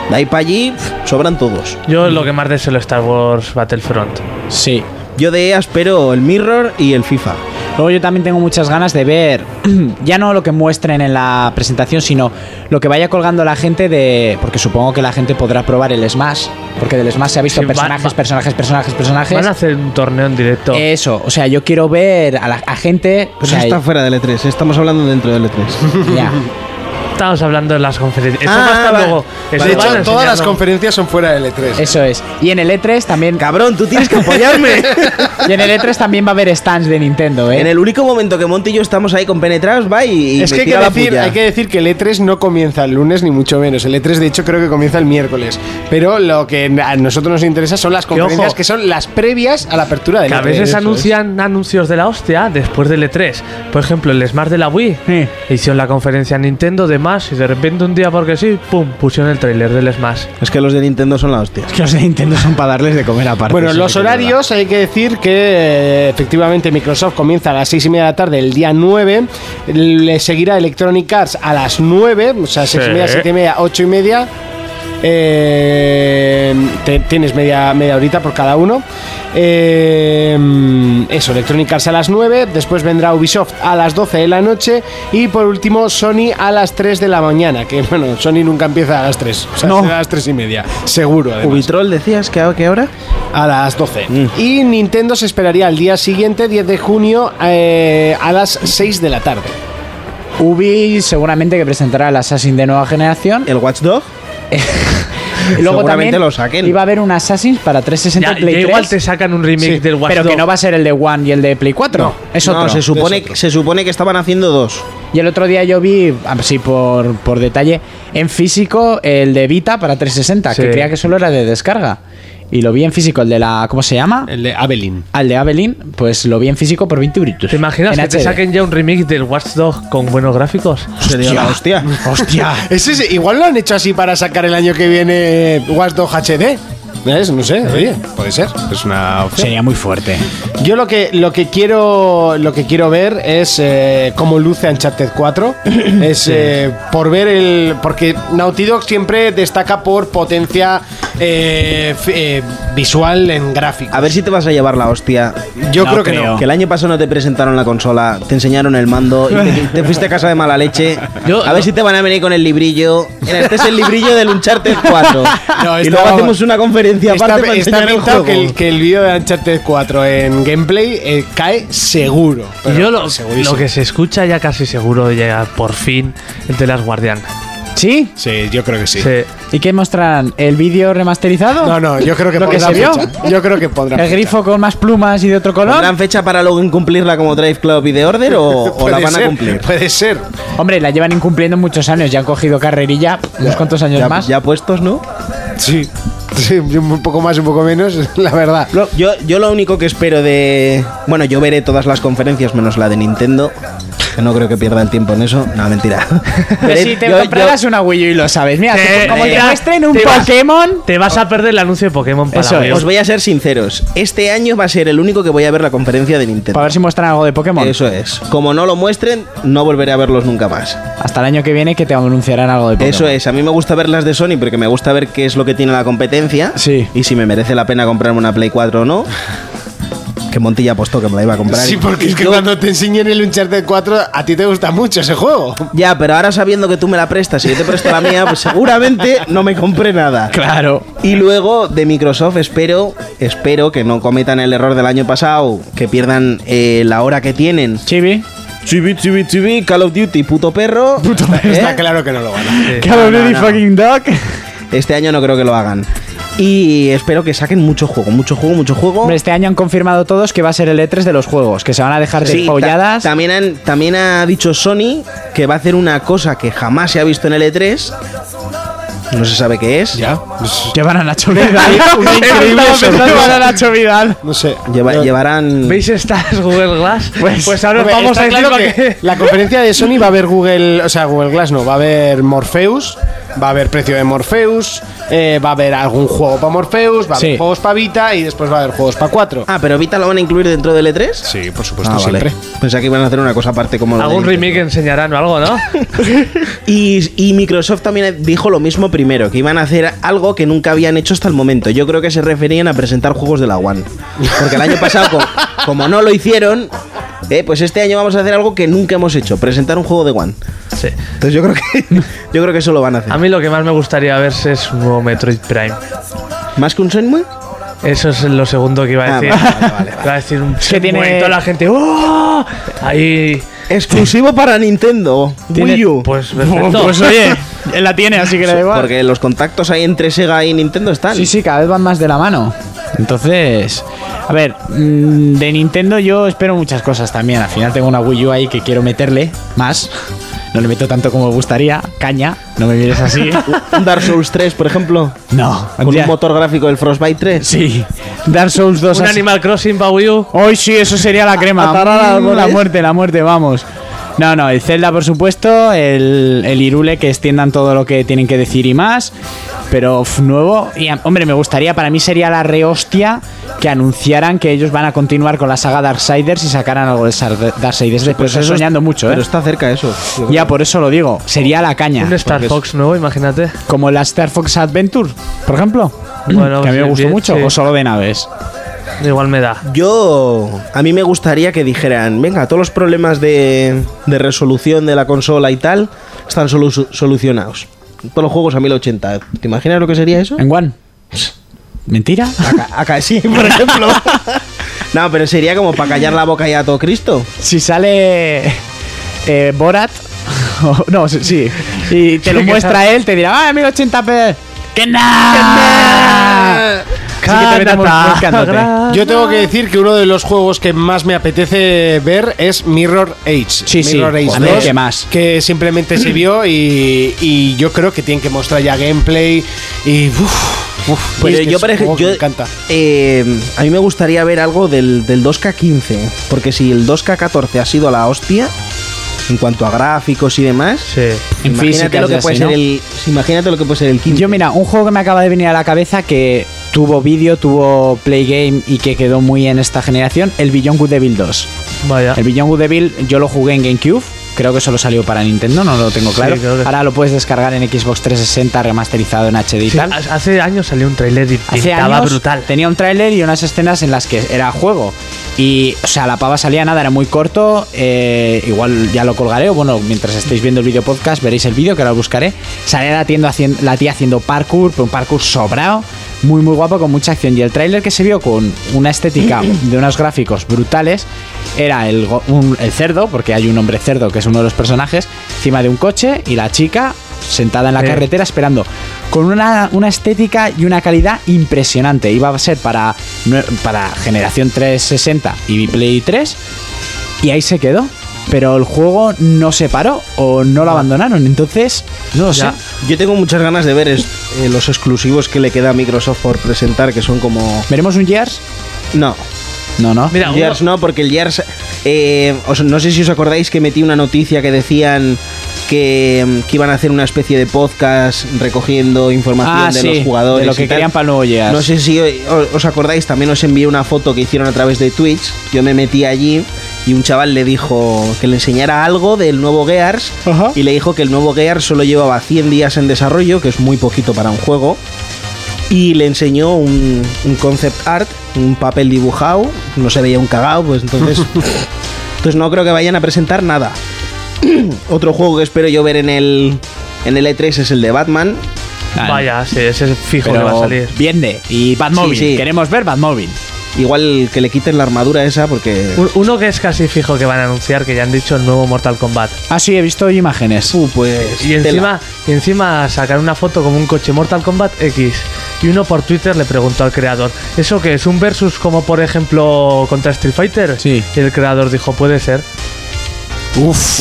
Speaker 5: De ahí para allí pf, sobran todos.
Speaker 6: Yo lo que más deseo es el Star Wars Battlefront.
Speaker 4: Sí.
Speaker 5: Yo de EA espero el Mirror y el FIFA.
Speaker 4: Luego yo también tengo muchas ganas de ver, ya no lo que muestren en la presentación, sino lo que vaya colgando la gente de... Porque supongo que la gente podrá probar el Smash, porque del Smash se ha visto
Speaker 6: Sí, va-
Speaker 4: personajes,
Speaker 6: va-
Speaker 4: personajes, personajes, personajes.
Speaker 6: Van a hacer un torneo en directo.
Speaker 4: Eso, o sea, yo quiero ver a la a gente... o
Speaker 5: Pues
Speaker 4: sea,
Speaker 5: está fuera del E3, estamos hablando dentro del E E3.
Speaker 4: ya.
Speaker 6: Estamos hablando de las conferencias. Eso
Speaker 5: Ah,
Speaker 6: va a estar
Speaker 5: vale.
Speaker 6: luego. Eso
Speaker 2: De hecho,
Speaker 6: van a
Speaker 2: todas las
Speaker 6: enseñarlo.
Speaker 2: conferencias son fuera del E E3.
Speaker 4: Eso es. Y en el E3 también...
Speaker 5: Cabrón, tú tienes que apoyarme.
Speaker 4: Y en el E3 también va a haber stands de Nintendo, ¿eh?
Speaker 5: en el único momento que Monty y yo estamos ahí con penetrados, va y, y
Speaker 2: es
Speaker 5: me
Speaker 2: que hay que,
Speaker 5: tira la
Speaker 2: decir,
Speaker 5: puya.
Speaker 2: hay que decir que el E3 no comienza el lunes ni mucho menos. El E3 de hecho creo que comienza el miércoles. Pero lo que a nosotros nos interesa son las conferencias
Speaker 6: ojo.
Speaker 2: que son las previas a la apertura del
Speaker 6: Que a
Speaker 2: E3.
Speaker 6: veces
Speaker 2: Eso es.
Speaker 6: anuncian anuncios de la hostia después del E3. Por ejemplo, el Smash de la Wii.
Speaker 4: Sí.
Speaker 6: Hicieron la conferencia Nintendo de más y de repente un día porque sí, pum, pusieron el tráiler del Smash.
Speaker 5: Es que los de Nintendo son la hostia.
Speaker 4: Que los de Nintendo son para darles de comer aparte.
Speaker 2: Bueno,
Speaker 4: eso
Speaker 2: los
Speaker 4: sí que es verdad.
Speaker 2: horarios hay que decir que eh, efectivamente Microsoft comienza a las 6 y media de la tarde el día 9, le seguirá Electronic Arts a las 9, o sea, 6 y
Speaker 6: Sí.
Speaker 2: media, 7 y media, 8 y media. Eh, te- tienes media, media horita por cada uno. Eh, eso, Electronic Arts a las 9, después vendrá Ubisoft a las 12 de la noche y por último Sony a las 3 de la mañana, que bueno, Sony nunca empieza a las 3, o sea,
Speaker 4: No.
Speaker 2: será a las 3 y media, seguro. además.
Speaker 5: Ubitrol decías que a qué hora?
Speaker 2: A las 12.
Speaker 5: Mm.
Speaker 2: Y Nintendo se esperaría al día siguiente, 10 de junio, eh, a las 6 de la tarde.
Speaker 4: Ubi seguramente que presentará el Assassin de nueva generación.
Speaker 5: El Watchdog.
Speaker 4: Y Luego
Speaker 5: Eh, Seguramente
Speaker 4: también
Speaker 5: lo saquen.
Speaker 4: iba a haber un Assassin para 360
Speaker 6: Ya,
Speaker 4: y Play
Speaker 6: ya igual
Speaker 4: 3,
Speaker 6: te sacan un remake
Speaker 2: Sí,
Speaker 6: del Watch
Speaker 4: pero que
Speaker 6: Dogs.
Speaker 4: no va a ser el de One y el de Play 4. es otro.
Speaker 5: No, se supone, se supone que estaban haciendo dos.
Speaker 4: Y el otro día yo vi, así por, por detalle, en físico el de Vita para 360,
Speaker 6: Sí.
Speaker 4: que creía que solo era de descarga. Y lo vi en físico, el de la. ¿Cómo se llama?
Speaker 2: El de Abelin.
Speaker 4: Al de Abelin, pues lo vi en físico por 20 euritos.
Speaker 6: ¿Te imaginas
Speaker 4: En
Speaker 6: que te
Speaker 4: HD.
Speaker 6: saquen ya un remake del Watch Dogs con buenos gráficos?
Speaker 5: Sería la hostia.
Speaker 4: ¡Hostia!
Speaker 2: Ese es- igual lo han hecho así para sacar el año que viene Watch Dogs HD. ¿Ves? No sé, oye, puede ser. Es una opción.
Speaker 4: Sería muy fuerte.
Speaker 2: Yo lo que, lo que quiero lo que quiero ver es eh, cómo luce Uncharted 4. es eh, por ver el. Porque Naughty Dog siempre destaca por potencia eh, f- eh, visual en gráfico.
Speaker 5: A ver si te vas a llevar la hostia.
Speaker 2: Yo
Speaker 4: No
Speaker 2: creo que
Speaker 4: creo.
Speaker 2: no.
Speaker 5: Que el año pasado no te presentaron la consola, te enseñaron el mando y te, te fuiste a casa de mala leche.
Speaker 6: Yo-
Speaker 5: a ver si te van a venir con el librillo. Mira, Este es el librillo del Uncharted 4.
Speaker 2: No,
Speaker 5: y
Speaker 2: está-
Speaker 5: luego hacemos una conferencia aparte para
Speaker 2: está
Speaker 5: enseñar el
Speaker 2: pintado
Speaker 5: juego.
Speaker 2: que el, que el vídeo de Uncharted 4 en gameplay eh, cae seguro. pero
Speaker 6: Yo lo,
Speaker 2: segurísimo.
Speaker 6: lo que se escucha ya casi seguro ya por fin el de las Guardian.
Speaker 4: ¿Sí?
Speaker 2: Sí, yo creo que sí.
Speaker 6: Sí.
Speaker 4: ¿Y qué mostrarán? ¿El vídeo remasterizado?
Speaker 2: No, no, yo creo que
Speaker 4: ¿Lo que
Speaker 2: pondrá
Speaker 4: se vio?
Speaker 2: fecha. Pues Yo creo que pondrá
Speaker 4: ¿El
Speaker 2: fecha.
Speaker 4: grifo con más plumas y de otro color?
Speaker 5: ¿Tendrán fecha para luego incumplirla como Drive Club y The Order o, o la
Speaker 2: Puede
Speaker 5: van a
Speaker 2: ser,
Speaker 5: cumplir?
Speaker 2: Puede ser.
Speaker 4: Hombre, la llevan incumpliendo muchos años, ya han cogido carrerilla, unos cuantos años
Speaker 5: Ya,
Speaker 4: más.
Speaker 5: ya puestos, ¿no?
Speaker 2: Sí. Sí, un poco más, un poco menos, la verdad.
Speaker 5: Lo- Yo, yo lo único que espero de... Bueno, yo veré todas las conferencias menos la de Nintendo. Que no creo que pierda el tiempo en eso. No, mentira.
Speaker 4: Pero
Speaker 5: Veré-
Speaker 4: si te
Speaker 5: yo- yo-
Speaker 4: compraras una Wii U y lo sabes, mira,
Speaker 6: Eh,
Speaker 4: como te
Speaker 6: eh,
Speaker 4: muestren un
Speaker 6: te vas-
Speaker 4: Pokémon,
Speaker 6: Te vas a perder el anuncio de Pokémon para
Speaker 4: Eso
Speaker 6: la Wii.
Speaker 4: es.
Speaker 5: Os voy a ser sinceros. Este año va a ser el único que voy a ver la conferencia de Nintendo.
Speaker 4: para ver si muestran algo de Pokémon.
Speaker 5: Eso es. Como no lo muestren, no volveré a verlos nunca más.
Speaker 4: Hasta el año que viene que te anunciarán algo de Pokémon.
Speaker 5: Eso es. A mí me gusta ver las de Sony porque me gusta ver qué es lo que tiene la competencia.
Speaker 4: Sí.
Speaker 5: Y si me merece la pena comprarme una Play 4 o no. Que Montilla apostó que me la iba a comprar.
Speaker 2: Sí, porque es que cuando te enseñen el Uncharted 4, a ti te gusta mucho ese juego.
Speaker 5: Ya, pero ahora sabiendo que tú me la prestas y yo te presto la mía, pues seguramente no me compré nada.
Speaker 4: Claro.
Speaker 5: Y luego de Microsoft espero, espero que no cometan el error del año pasado, que pierdan eh, la hora que tienen
Speaker 4: Chibi.
Speaker 5: Chibi, chibi, chibi, Call of Duty, puto perro. ¿Eh?
Speaker 2: Está claro que no lo van a hacer.
Speaker 4: Call of
Speaker 5: no,
Speaker 4: Duty
Speaker 5: no.
Speaker 4: fucking dog.
Speaker 5: Este año no creo que lo hagan. Y espero que saquen mucho juego, mucho juego, mucho juego.
Speaker 4: Hombre, este año han confirmado E todos que va a ser el E3 de los juegos, que se van a dejar de
Speaker 5: Sí, ta-
Speaker 4: folladas.
Speaker 5: también, han- también ha dicho Sony que va a hacer una cosa que jamás se ha visto en el E3. No se sabe qué es. Ya.
Speaker 4: Llevarán a Nacho Vidal.
Speaker 5: Una increíble
Speaker 4: Estaba pensando
Speaker 5: sorpresa.
Speaker 4: en a Nacho Vidal.
Speaker 7: No sé.
Speaker 5: Lleva- llevarán.
Speaker 6: ¿Veis estas Google Glass? Pues, ahora
Speaker 7: Hombre,
Speaker 6: vamos
Speaker 7: está
Speaker 6: a
Speaker 7: claro
Speaker 6: decir
Speaker 7: que la conferencia de Sony va a haber Google, o sea, Google Glass no, va a haber Morpheus, va a haber precio de Morpheus, eh, va a haber algún juego para Morpheus, va a haber
Speaker 5: Sí.
Speaker 7: juegos para Vita y después va a haber juegos Ah, para 4.
Speaker 5: Ah, pero Vita lo van a incluir dentro del E E3? Sí,
Speaker 7: por
Speaker 5: supuesto,
Speaker 7: siempre.
Speaker 5: Pensé que iban a hacer una cosa aparte como lo E de
Speaker 6: Algún
Speaker 5: Nintendo.
Speaker 6: remake enseñarán o algo, ¿no?
Speaker 5: Y, y Microsoft también dijo lo mismo primero, que iban a hacer algo que nunca habían hecho hasta el momento. Yo creo que se referían a presentar juegos de la One. Porque el año pasado, co- como, no lo hicieron, eh, pues este año vamos a hacer algo que nunca hemos hecho, presentar un juego de One.
Speaker 6: Sí.
Speaker 5: Entonces yo creo que yo creo que eso lo van a hacer.
Speaker 6: A mí lo que más me gustaría verse es un nuevo Metroid Prime.
Speaker 5: ¿Más que un Shenmue?
Speaker 6: Eso es lo segundo que iba a
Speaker 5: Ah,
Speaker 6: decir.
Speaker 5: vale,
Speaker 6: Iba a decir un
Speaker 4: Que tiene-
Speaker 6: Shenmue y toda la gente. ¡Oh! Ahí.
Speaker 5: Exclusivo para Nintendo.
Speaker 6: Tiene-
Speaker 5: Wii U.
Speaker 6: Pues perfecto.
Speaker 4: Pues oye, él la tiene, así que le da igual.
Speaker 5: Porque los contactos ahí entre Sega y Nintendo están.
Speaker 4: Sí, sí, cada vez van más de la mano. Entonces, a ver, mm, de Nintendo yo espero muchas cosas también. Al final tengo una Wii U ahí que quiero meterle más. No le meto tanto como me gustaría. Caña, no me mires así.
Speaker 5: Un Dark Souls 3, por ejemplo.
Speaker 4: No,
Speaker 5: Con
Speaker 4: ya-
Speaker 5: un motor gráfico del Frostbite 3.
Speaker 4: Sí, Dark Souls 2.
Speaker 6: un
Speaker 4: así-
Speaker 6: Animal Crossing para Wii U.
Speaker 4: Hoy sí, eso sería la crema.
Speaker 5: Atarar a
Speaker 4: Mm, la
Speaker 6: ¿eh?
Speaker 5: árboles.
Speaker 4: muerte, la muerte, vamos. No, no, el Zelda, por supuesto, el, el Irule, que extiendan todo lo que tienen que decir y más. Pero uf, nuevo, y a- hombre, me gustaría, para mí sería la rehostia que anunciaran que ellos van a continuar con la saga Darksiders y sacaran algo de Sar- Darksiders. Después estoy soñando mucho, ¿eh?
Speaker 5: Pero está cerca eso. yo
Speaker 4: Ya,
Speaker 5: creo.
Speaker 4: por eso lo digo, sería la caña.
Speaker 6: Un Star
Speaker 5: porque es-
Speaker 6: Fox nuevo, imagínate.
Speaker 4: Como la Star Fox Adventure, por ejemplo.
Speaker 6: Bueno,
Speaker 4: que a mí me
Speaker 6: sí,
Speaker 4: gustó
Speaker 6: bien,
Speaker 4: mucho,
Speaker 6: sí.
Speaker 4: o solo de naves.
Speaker 6: Igual me da.
Speaker 5: Yo, a mí me gustaría que dijeran, venga, todos los problemas de, de resolución de la consola y tal están solu- solucionados. Todos los juegos a 1080. ¿Te imaginas lo que sería eso?
Speaker 4: ¿En One? ¿Mentira?
Speaker 5: Acá, acá sí, por ejemplo. no, pero sería como para callar la boca ya a todo Cristo.
Speaker 4: si sale eh, Borat, o- no, sí, sí, y te lo
Speaker 6: Sí, que
Speaker 4: muestra él, te dirá, ¡ah, 1080p! ¡Que na! Así que te metemos
Speaker 6: Cantata.
Speaker 4: buscándote.
Speaker 7: Yo tengo que decir que uno de los juegos que más me apetece ver es Mirror Age.
Speaker 4: Sí, sí,
Speaker 7: Mirror
Speaker 4: a ver
Speaker 7: 2,
Speaker 4: qué más.
Speaker 7: Que simplemente se vio y, y yo creo que tienen que mostrar ya gameplay y... Uf, uf,
Speaker 5: Pero
Speaker 7: Pues es que
Speaker 5: yo,
Speaker 7: es
Speaker 5: por
Speaker 7: un
Speaker 5: ejemplo,
Speaker 7: juego que
Speaker 5: yo-
Speaker 7: me encanta.
Speaker 5: eh, a mí me gustaría ver algo del, del 2K15, porque si el 2K14 ha sido la hostia, en cuanto a gráficos y demás,
Speaker 6: Sí.
Speaker 4: En
Speaker 5: imagínate
Speaker 4: físicas
Speaker 5: lo
Speaker 4: y
Speaker 5: que
Speaker 4: así,
Speaker 5: puede ser
Speaker 4: ¿no?
Speaker 5: el, imagínate lo que puede ser el 15.
Speaker 4: Yo mira, un juego que me acaba de venir a la cabeza que tuvo vídeo, tuvo play game y que quedó muy en esta generación, el Beyond Good Devil 2.
Speaker 6: Vaya.
Speaker 4: El Beyond Good Devil yo lo jugué en GameCube. Creo que solo salió para Nintendo, no lo tengo claro.
Speaker 6: creo que sí.
Speaker 4: Ahora lo puedes descargar en Xbox 360 remasterizado en HD y
Speaker 6: Sí,
Speaker 4: tal.
Speaker 6: ha- hace años salió un trailer y
Speaker 4: Hace
Speaker 6: pintaba
Speaker 4: años
Speaker 6: brutal.
Speaker 4: tenía un tráiler y unas escenas en las que era juego. Y, o sea, la pava salía nada, era muy corto. eh, igual ya lo colgaré. O bueno, mientras estéis viendo el video podcast, veréis el vídeo que ahora lo buscaré. Salía la, tienda hacien- la tía haciendo parkour, pero un parkour sobrado. Muy, muy guapo, con mucha acción. Y el tráiler que se vio con una estética de unos gráficos brutales era el, go- un- el cerdo, porque hay un hombre cerdo que es uno de los personajes, encima de un coche y la chica sentada en la
Speaker 6: Sí.
Speaker 4: carretera carretera esperando. Con una, una estética y una calidad impresionante. Iba a ser para, nue- para generación 360 y Play 3. Y ahí se quedó. Pero el juego no se paró o no
Speaker 5: Ah.
Speaker 4: lo abandonaron. Entonces, no lo sé.
Speaker 6: Ya.
Speaker 5: Yo tengo muchas ganas de ver es- eh, los exclusivos que le queda a Microsoft por presentar, que son como...
Speaker 4: ¿Veremos un Gears?
Speaker 5: No,
Speaker 4: No, no.
Speaker 6: Mira, uno-
Speaker 5: Gears no, porque el Gears... eh, os- no sé si os acordáis que metí una noticia que decían que, mm, que iban a hacer una especie de podcast recogiendo información
Speaker 4: ah,
Speaker 5: de
Speaker 4: sí,
Speaker 5: los jugadores.
Speaker 4: de lo
Speaker 5: y
Speaker 4: que
Speaker 5: tal.
Speaker 4: querían para el nuevo Gears.
Speaker 5: No sé si o- os acordáis, también os envié una foto que hicieron a través de Twitch. Yo me metí allí y un chaval le dijo que le enseñara algo del nuevo Gears
Speaker 4: Ajá.
Speaker 5: y le dijo que el nuevo Gears solo llevaba 100 días en desarrollo, que es muy poquito para un juego. Y le enseñó un, un concept art, un papel dibujado, no se veía un cagao, pues entonces... entonces no creo que vayan a presentar nada. Otro juego que espero yo ver en el, en el E3 es el de Batman,
Speaker 4: Ah,
Speaker 6: Vaya, sí, ese es fijo
Speaker 4: Pero
Speaker 6: que va a salir.
Speaker 4: Viene. Y Batmóvil.
Speaker 5: Sí, sí.
Speaker 4: Queremos ver Batmóvil.
Speaker 5: Igual que le quiten la armadura esa porque...
Speaker 6: Un- Uno que es casi fijo que van a anunciar, que ya han dicho el nuevo Mortal Kombat.
Speaker 4: Ah, sí, he visto imágenes.
Speaker 5: Uh, pues...
Speaker 6: Y
Speaker 5: tela.
Speaker 6: encima, y encima sacar una foto como un coche Mortal Kombat X. Y uno por Twitter le preguntó al creador, ¿eso qué es? ¿Un versus como por ejemplo contra Street Fighter?
Speaker 4: Sí.
Speaker 6: Y el creador dijo, puede ser.
Speaker 4: Uf.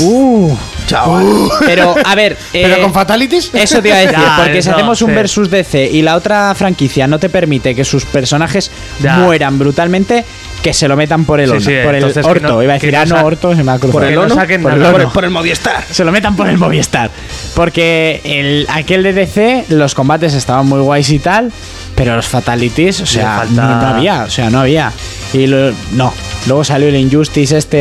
Speaker 5: Chaval.
Speaker 4: Pero, a ver.
Speaker 2: ¿Pero
Speaker 4: eh,
Speaker 2: con fatalities?
Speaker 4: Eso te iba a decir,
Speaker 6: Ya,
Speaker 4: porque si
Speaker 6: no,
Speaker 4: hacemos un
Speaker 6: sí.
Speaker 4: versus DC y la otra franquicia no te permite que sus personajes
Speaker 6: Ya.
Speaker 4: mueran brutalmente, que se lo metan por el,
Speaker 6: Sí,
Speaker 4: ono,
Speaker 6: sí,
Speaker 4: por el
Speaker 6: entonces que
Speaker 4: orto.
Speaker 6: no-
Speaker 4: iba a
Speaker 6: que
Speaker 4: decir,
Speaker 6: no
Speaker 4: ah, no,
Speaker 6: sa-
Speaker 4: orto, se me ha cruzado.
Speaker 6: por el
Speaker 4: Que no
Speaker 6: ono.
Speaker 4: saquen
Speaker 6: Por el
Speaker 4: nada.
Speaker 6: ono.
Speaker 4: Por- por-
Speaker 5: el Movistar.
Speaker 4: Se lo metan por el Movistar. Porque el, aquel de DC, los combates estaban muy guays y tal, pero los fatalities, o sea,
Speaker 6: falta-
Speaker 4: no, no había, o sea, no había. Y lo- no. Luego salió el Injustice este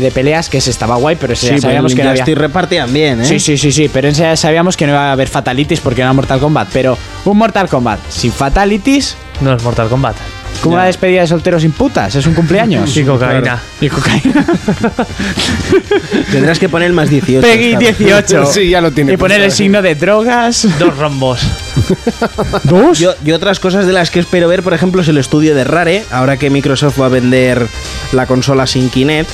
Speaker 4: de peleas, que se estaba guay, pero ese
Speaker 5: Sí,
Speaker 4: ya
Speaker 5: pero
Speaker 4: sabíamos
Speaker 5: el
Speaker 4: que no había.
Speaker 5: Injustice repartían bien, ¿eh?
Speaker 4: Sí, sí, sí, sí, pero en ese ya sabíamos que no iba a haber fatalities porque era Mortal Kombat, pero un Mortal Kombat sin fatalities,
Speaker 6: No es Mortal Kombat.
Speaker 4: como una despedida de soltero sin putas, es un cumpleaños.
Speaker 6: Y cocaína.
Speaker 4: Y cocaína.
Speaker 5: Tendrás que poner el más 18.
Speaker 4: Peggy
Speaker 5: esta vez.
Speaker 4: 18.
Speaker 2: Sí, ya lo tiene
Speaker 4: Y poner el
Speaker 2: pensado.
Speaker 4: signo de drogas.
Speaker 6: Dos rombos.
Speaker 4: ¿Dos?
Speaker 5: Yo, yo otras cosas de las que espero ver, por ejemplo, es el estudio de Rare, ahora que Microsoft va a vender la consola sin Kinect.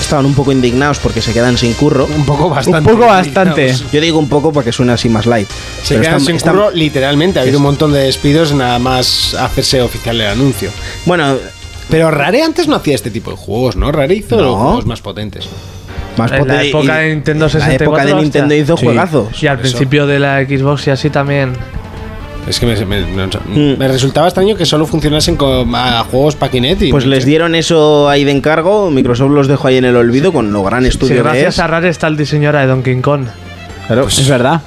Speaker 5: Estaban un poco indignados porque se quedan sin curro.
Speaker 2: Un poco bastante.
Speaker 4: un poco bastante.
Speaker 5: Yo digo un poco porque suena así más light.
Speaker 2: Se
Speaker 5: Pero
Speaker 2: quedan
Speaker 5: están-
Speaker 2: sin
Speaker 5: están-
Speaker 2: curro, literalmente. Ha habido un montón de despidos nada más hacerse oficial el anuncio.
Speaker 5: Bueno,
Speaker 2: Pero Rare antes no hacía este tipo de juegos, ¿no? Rare hizo
Speaker 5: No.
Speaker 2: los juegos más potentes.
Speaker 5: más
Speaker 6: En la
Speaker 5: potente-
Speaker 6: época
Speaker 5: y-
Speaker 6: de Nintendo
Speaker 5: La época
Speaker 6: 64,
Speaker 5: de Nintendo
Speaker 6: hostia.
Speaker 5: hizo
Speaker 2: Sí.
Speaker 5: juegazos.
Speaker 6: Y al principio de la Xbox y así también.
Speaker 2: Es que me, me- no- me resultaba extraño que solo funcionasen con, a juegos para Kinect. y-
Speaker 5: Pues les dieron eso ahí de encargo, Microsoft los dejó ahí en el olvido con lo gran
Speaker 6: Sí,
Speaker 5: estudio que
Speaker 6: gracias
Speaker 5: es.
Speaker 6: a Rare está el diseño ahora de Donkey Kong.
Speaker 5: Claro.
Speaker 4: Es verdad.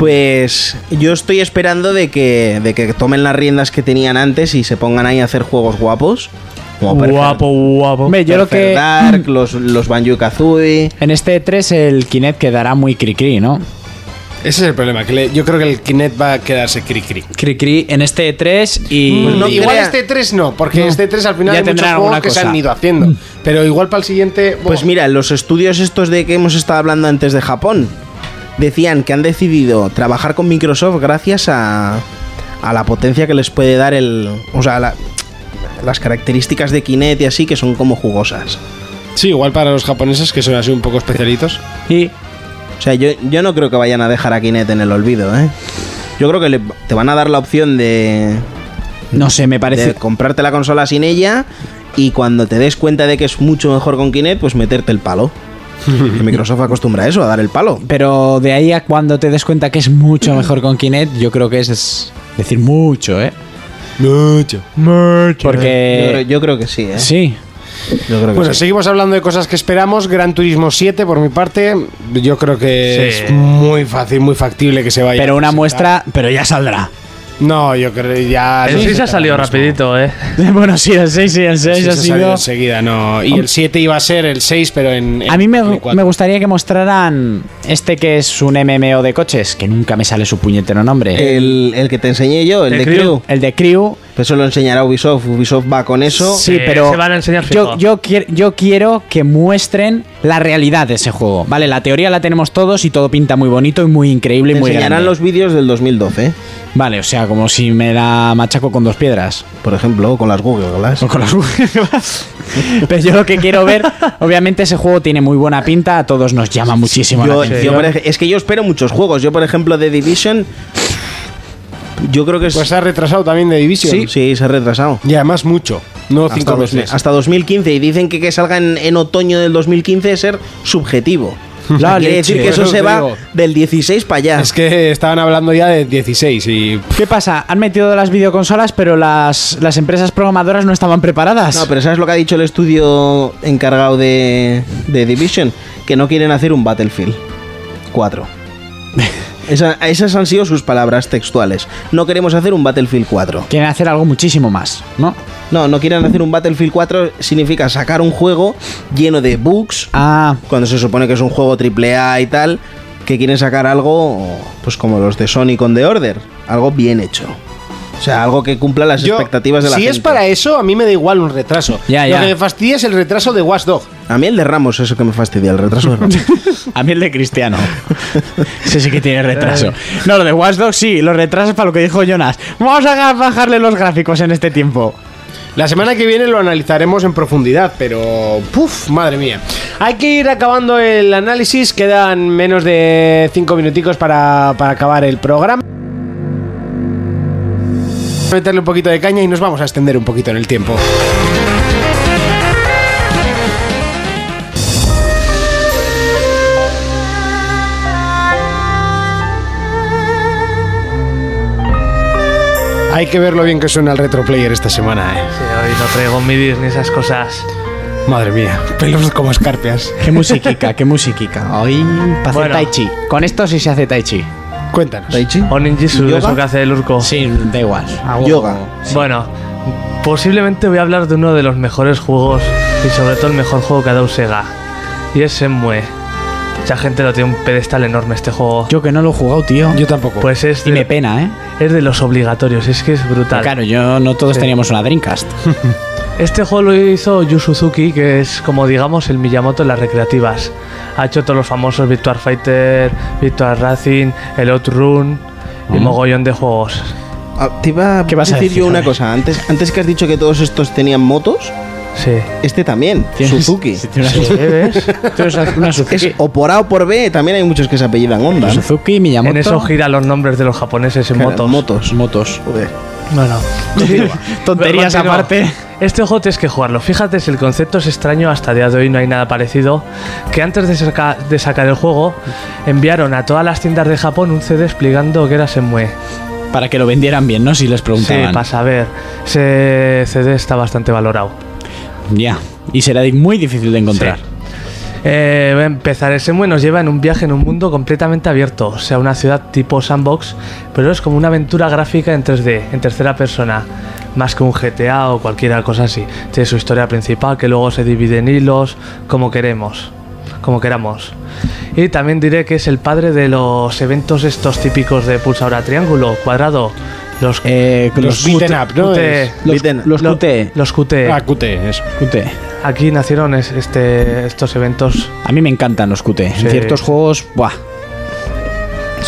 Speaker 5: Pues yo estoy esperando de que, de que tomen las riendas que tenían antes y se pongan ahí a hacer juegos guapos. Como Perfect-
Speaker 6: Guapo, guapo.
Speaker 4: Hombre, yo lo
Speaker 5: Perfect
Speaker 4: que.
Speaker 5: Dark, los, los Banjo Kazooie.
Speaker 4: En este 3 el Kinect quedará muy cri-cri, ¿no?
Speaker 2: Ese es el problema. que le- yo creo que el Kinect va a quedarse cri-cri.
Speaker 4: Cri-cri en este 3 y.
Speaker 5: Pues no
Speaker 2: igual
Speaker 5: crea-
Speaker 2: este 3 no, porque este 3 al final
Speaker 4: Ya
Speaker 2: hay muchos
Speaker 4: tendrán
Speaker 2: juegos
Speaker 4: alguna
Speaker 2: que se
Speaker 4: cosa.
Speaker 2: han ido haciendo. Pero igual para el siguiente.
Speaker 5: Pues
Speaker 2: buah,
Speaker 5: mira, los estudios estos de que hemos estado hablando antes de Japón decían que han decidido trabajar con Microsoft gracias a, a la potencia que les puede dar el. O sea, la- las características de Kinect y así que son como jugosas.
Speaker 2: Sí, igual para los japoneses que son así un poco especialitos.
Speaker 4: y
Speaker 5: O sea, yo, yo no creo que vayan a dejar a Kinect en el olvido, ¿eh? Yo creo que le- te van a dar la opción de,
Speaker 4: no sé, me
Speaker 5: de
Speaker 4: parece.
Speaker 5: comprarte la consola sin ella y cuando te des cuenta de que es mucho mejor con Kinect, pues meterte el palo. Que Microsoft acostumbra a eso, a dar el palo.
Speaker 4: Pero de ahí a cuando te des cuenta que es mucho mejor con Kinect, yo creo que es, es decir mucho, ¿eh?
Speaker 2: Mucho.
Speaker 5: Yo creo,
Speaker 4: Porque.
Speaker 5: yo creo que Eh, sí, ¿eh?
Speaker 4: Sí.
Speaker 5: Yo creo que
Speaker 2: Bueno,
Speaker 5: Pues sí.
Speaker 2: seguimos hablando de cosas que esperamos. Gran Turismo 7, por mi parte, yo creo que
Speaker 6: Sí.
Speaker 2: es muy fácil, muy factible que se vaya.
Speaker 4: Pero
Speaker 2: a
Speaker 4: una
Speaker 2: presentar.
Speaker 4: muestra. Pero ya saldrá.
Speaker 2: No, yo creo que ya.
Speaker 6: El
Speaker 2: no
Speaker 6: 6
Speaker 2: se
Speaker 6: ha salido
Speaker 2: tarda mucho.
Speaker 6: rapidito, eh.
Speaker 4: Bueno, sí, el 6 sí, el
Speaker 2: El
Speaker 4: 6
Speaker 2: 6
Speaker 4: ha
Speaker 2: ha salido
Speaker 4: sido.
Speaker 2: enseguida, no. Y el 7 iba a ser el 6, pero en. en
Speaker 4: A mí me,
Speaker 2: Play
Speaker 4: me
Speaker 2: 4.
Speaker 4: gustaría que mostraran este que es un MMO de coches, que nunca me sale su puñetero nombre.
Speaker 5: El, el que te enseñé yo, el,
Speaker 6: El
Speaker 5: de
Speaker 6: Crew.
Speaker 5: Crew.
Speaker 4: el de Crew,
Speaker 5: Eso lo enseñará Ubisoft. Ubisoft va con eso.
Speaker 4: Sí,
Speaker 6: Eh,
Speaker 4: pero
Speaker 6: se van a enseñar
Speaker 4: yo,
Speaker 6: fijo.
Speaker 4: yo, quier- yo quiero que muestren la realidad de ese juego. Vale, la teoría la tenemos todos y todo pinta muy bonito y muy increíble
Speaker 5: Te
Speaker 4: y muy
Speaker 5: enseñarán
Speaker 4: grande.
Speaker 5: los vídeos del 2012, ¿eh?
Speaker 4: Vale, o sea, como si me la machaco con dos piedras.
Speaker 5: por ejemplo, con las Google Glass.
Speaker 4: O con las uvas. Pero yo lo que quiero ver, obviamente ese juego tiene muy buena pinta, a todos nos llama muchísimo la
Speaker 5: Yo-
Speaker 4: atención.
Speaker 5: yo, por ej- es que yo espero muchos juegos. Yo, por ejemplo, de Division. Yo creo que es.
Speaker 2: Pues se ha retrasado también de Division.
Speaker 5: sí, sí, se ha retrasado.
Speaker 2: Y además mucho. No
Speaker 5: Hasta,
Speaker 2: 5
Speaker 5: dos-
Speaker 2: meses.
Speaker 5: hasta 2015. Y dicen que que salga en, en otoño del 2015 es ser subjetivo.
Speaker 4: La leche.
Speaker 5: Quiere decir que eso
Speaker 2: Eso
Speaker 5: se
Speaker 2: te
Speaker 5: va
Speaker 2: digo.
Speaker 5: del 16 para allá.
Speaker 2: Es que estaban hablando ya de 16 y.
Speaker 4: ¿Qué pasa? Han metido las videoconsolas, pero las, las empresas programadoras no estaban preparadas.
Speaker 5: No, pero ¿sabes lo que ha dicho el estudio encargado de, de Division? Que no quieren hacer un Battlefield 4. Esa- esas han sido sus palabras textuales. No queremos hacer un Battlefield 4.
Speaker 4: Quieren hacer algo muchísimo más, ¿no?
Speaker 5: No, no quieren hacer un Battlefield 4 significa sacar un juego lleno de bugs,
Speaker 4: Ah,
Speaker 5: cuando se supone que es un juego AAA y tal, que quieren sacar algo pues como los de Sony con The Order, algo bien hecho. O sea, algo que cumpla las
Speaker 2: Yo-
Speaker 5: expectativas de la
Speaker 2: si
Speaker 5: gente.
Speaker 2: es para eso, a mí me da igual un retraso.
Speaker 4: Ya, ya.
Speaker 2: Lo que me fastidia es el retraso de Watchdog.
Speaker 5: A mí el de Ramos es el que me fastidia, el retraso de Ramos.
Speaker 4: a mí el de Cristiano. Ese sí que tiene retraso. No, lo de Watch Dogs sí, los retrasos para lo que dijo Jonas. Vamos a bajarle los gráficos en este tiempo.
Speaker 2: La semana que viene lo analizaremos en profundidad, pero. ¡Puf! Madre mía. Hay que ir acabando el análisis. Quedan menos de 5 minuticos para, para acabar el programa. Voy a meterle un poquito de caña y nos vamos a extender un poquito en el tiempo.
Speaker 7: Hay que ver lo bien que suena el retroplayer esta semana, ¿eh?
Speaker 6: Sí, hoy no traigo midis ni esas cosas.
Speaker 7: Madre mía, pelos como escarpias.
Speaker 4: Qué musiquica, qué musiquica. Hoy para hacer tai chi. Con esto sí se hace tai chi.
Speaker 7: Cuéntanos.
Speaker 5: Tai chi.
Speaker 6: Onin Jisoo,
Speaker 4: ¿Yoga?
Speaker 6: eso que hace el urco.
Speaker 4: Sí, da igual.
Speaker 2: Ah.
Speaker 7: Ah,
Speaker 4: Hago-
Speaker 5: Yoga.
Speaker 6: Bueno, posiblemente voy a hablar de uno de los mejores juegos y sobre todo el mejor juego que ha dado Sega. Y es Semue. Mucha gente lo tiene un pedestal enorme este juego.
Speaker 4: Yo que no lo he jugado, tío.
Speaker 7: Yo tampoco.
Speaker 6: Pues es
Speaker 4: Y
Speaker 6: de,
Speaker 4: me pena, ¿eh?
Speaker 6: es de los obligatorios, es que es brutal.
Speaker 4: Claro, yo no todos teníamos una Dreamcast.
Speaker 6: Este juego lo hizo Yu Suzuki, que es como digamos el Miyamoto de las recreativas. Ha hecho todos los famosos Virtual Fighter, Virtual Racing, el Outrun y
Speaker 4: Mm.
Speaker 6: mogollón de juegos.
Speaker 5: Ah, te iba a
Speaker 4: ¿Qué vas a
Speaker 5: decir,
Speaker 4: decir?
Speaker 5: yo una
Speaker 4: A ver.
Speaker 5: cosa. Antes, antes que has dicho que todos estos tenían motos,
Speaker 6: Sí.
Speaker 5: este también, Suzuki.
Speaker 4: Sí, tienes-
Speaker 6: ¿Ves?
Speaker 4: tienes una Suzuki.
Speaker 5: Es o por A o por B, también hay muchos que se apellidan Honda. ¿no?
Speaker 4: Suzuki, Miyamoto.
Speaker 6: En eso gira los nombres de los japoneses en
Speaker 5: Claro,
Speaker 6: motos.
Speaker 5: motos.
Speaker 4: Motos.
Speaker 5: Joder.
Speaker 6: Bueno,
Speaker 4: Tonterías
Speaker 6: Continúa.
Speaker 4: aparte.
Speaker 6: Este juego tienes que jugarlo. Fíjate, si el concepto es extraño, hasta el día de hoy no hay nada parecido. Que antes de, saca- de sacar el juego, enviaron a todas las tiendas de Japón un CD explicando que era Semue.
Speaker 4: Para que lo vendieran bien, ¿no? Si les
Speaker 6: Sí,
Speaker 4: preguntaban.
Speaker 6: para saber. Ese CD está bastante valorado.
Speaker 4: Ya. Y será di- muy difícil de encontrar.
Speaker 6: Sí. Eh, voy a empezar. El Semue nos lleva en un viaje en un mundo completamente abierto, o sea, una ciudad tipo sandbox, pero es como una aventura gráfica en 3D, en tercera persona, más que un GTA o cualquier cosa así. Tiene su historia principal que luego se divide en hilos, como queremos, como queramos. Y también diré que es el padre de los eventos estos típicos de pulsadora triángulo, cuadrado, los
Speaker 4: Eh, con
Speaker 7: Los
Speaker 4: los
Speaker 7: beaten
Speaker 4: QT.
Speaker 7: up, ¿no?
Speaker 6: QT.
Speaker 7: Es-
Speaker 4: Los,
Speaker 5: Beaten up.
Speaker 4: los
Speaker 6: lo-
Speaker 4: QT.
Speaker 6: los QT.
Speaker 7: Ah, QT, eso.
Speaker 4: QT.
Speaker 6: Aquí nacieron es- este, estos eventos.
Speaker 4: A mí me encantan los QT.
Speaker 6: Sí.
Speaker 4: En ciertos juegos, buah.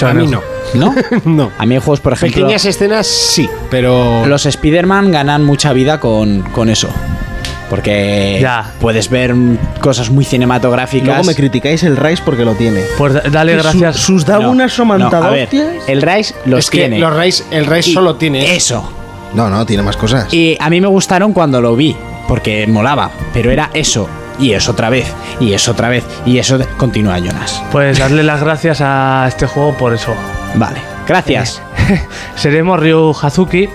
Speaker 7: A mí no.
Speaker 4: ¿No?
Speaker 7: No.
Speaker 4: A mí hay juegos, por ejemplo.
Speaker 7: Pequeñas
Speaker 5: este.
Speaker 7: escenas sí, pero.
Speaker 4: Los Spider-Man ganan mucha vida con, con eso. Porque
Speaker 6: Ya.
Speaker 4: puedes ver mm, cosas muy cinematográficas.
Speaker 5: Luego me criticáis el Rice porque lo tiene.
Speaker 6: Pues da- dale gracias.
Speaker 5: Sus, sus da
Speaker 4: No,
Speaker 5: una
Speaker 4: no,
Speaker 5: somantada
Speaker 4: a ver,
Speaker 5: hostias.
Speaker 6: Eh,
Speaker 4: El Rice los
Speaker 7: es que
Speaker 4: tiene.
Speaker 7: los Rays, el Rays
Speaker 4: Y
Speaker 7: solo tiene.
Speaker 4: Eso.
Speaker 9: No, no, tiene más cosas.
Speaker 4: Y a mí me gustaron cuando lo vi, porque molaba, pero era eso, y eso otra vez, y eso otra vez, y eso de- continúa, Jonas.
Speaker 6: Pues darle las gracias a este juego por eso.
Speaker 4: Vale, gracias.
Speaker 6: Seremos Ryu Hazuki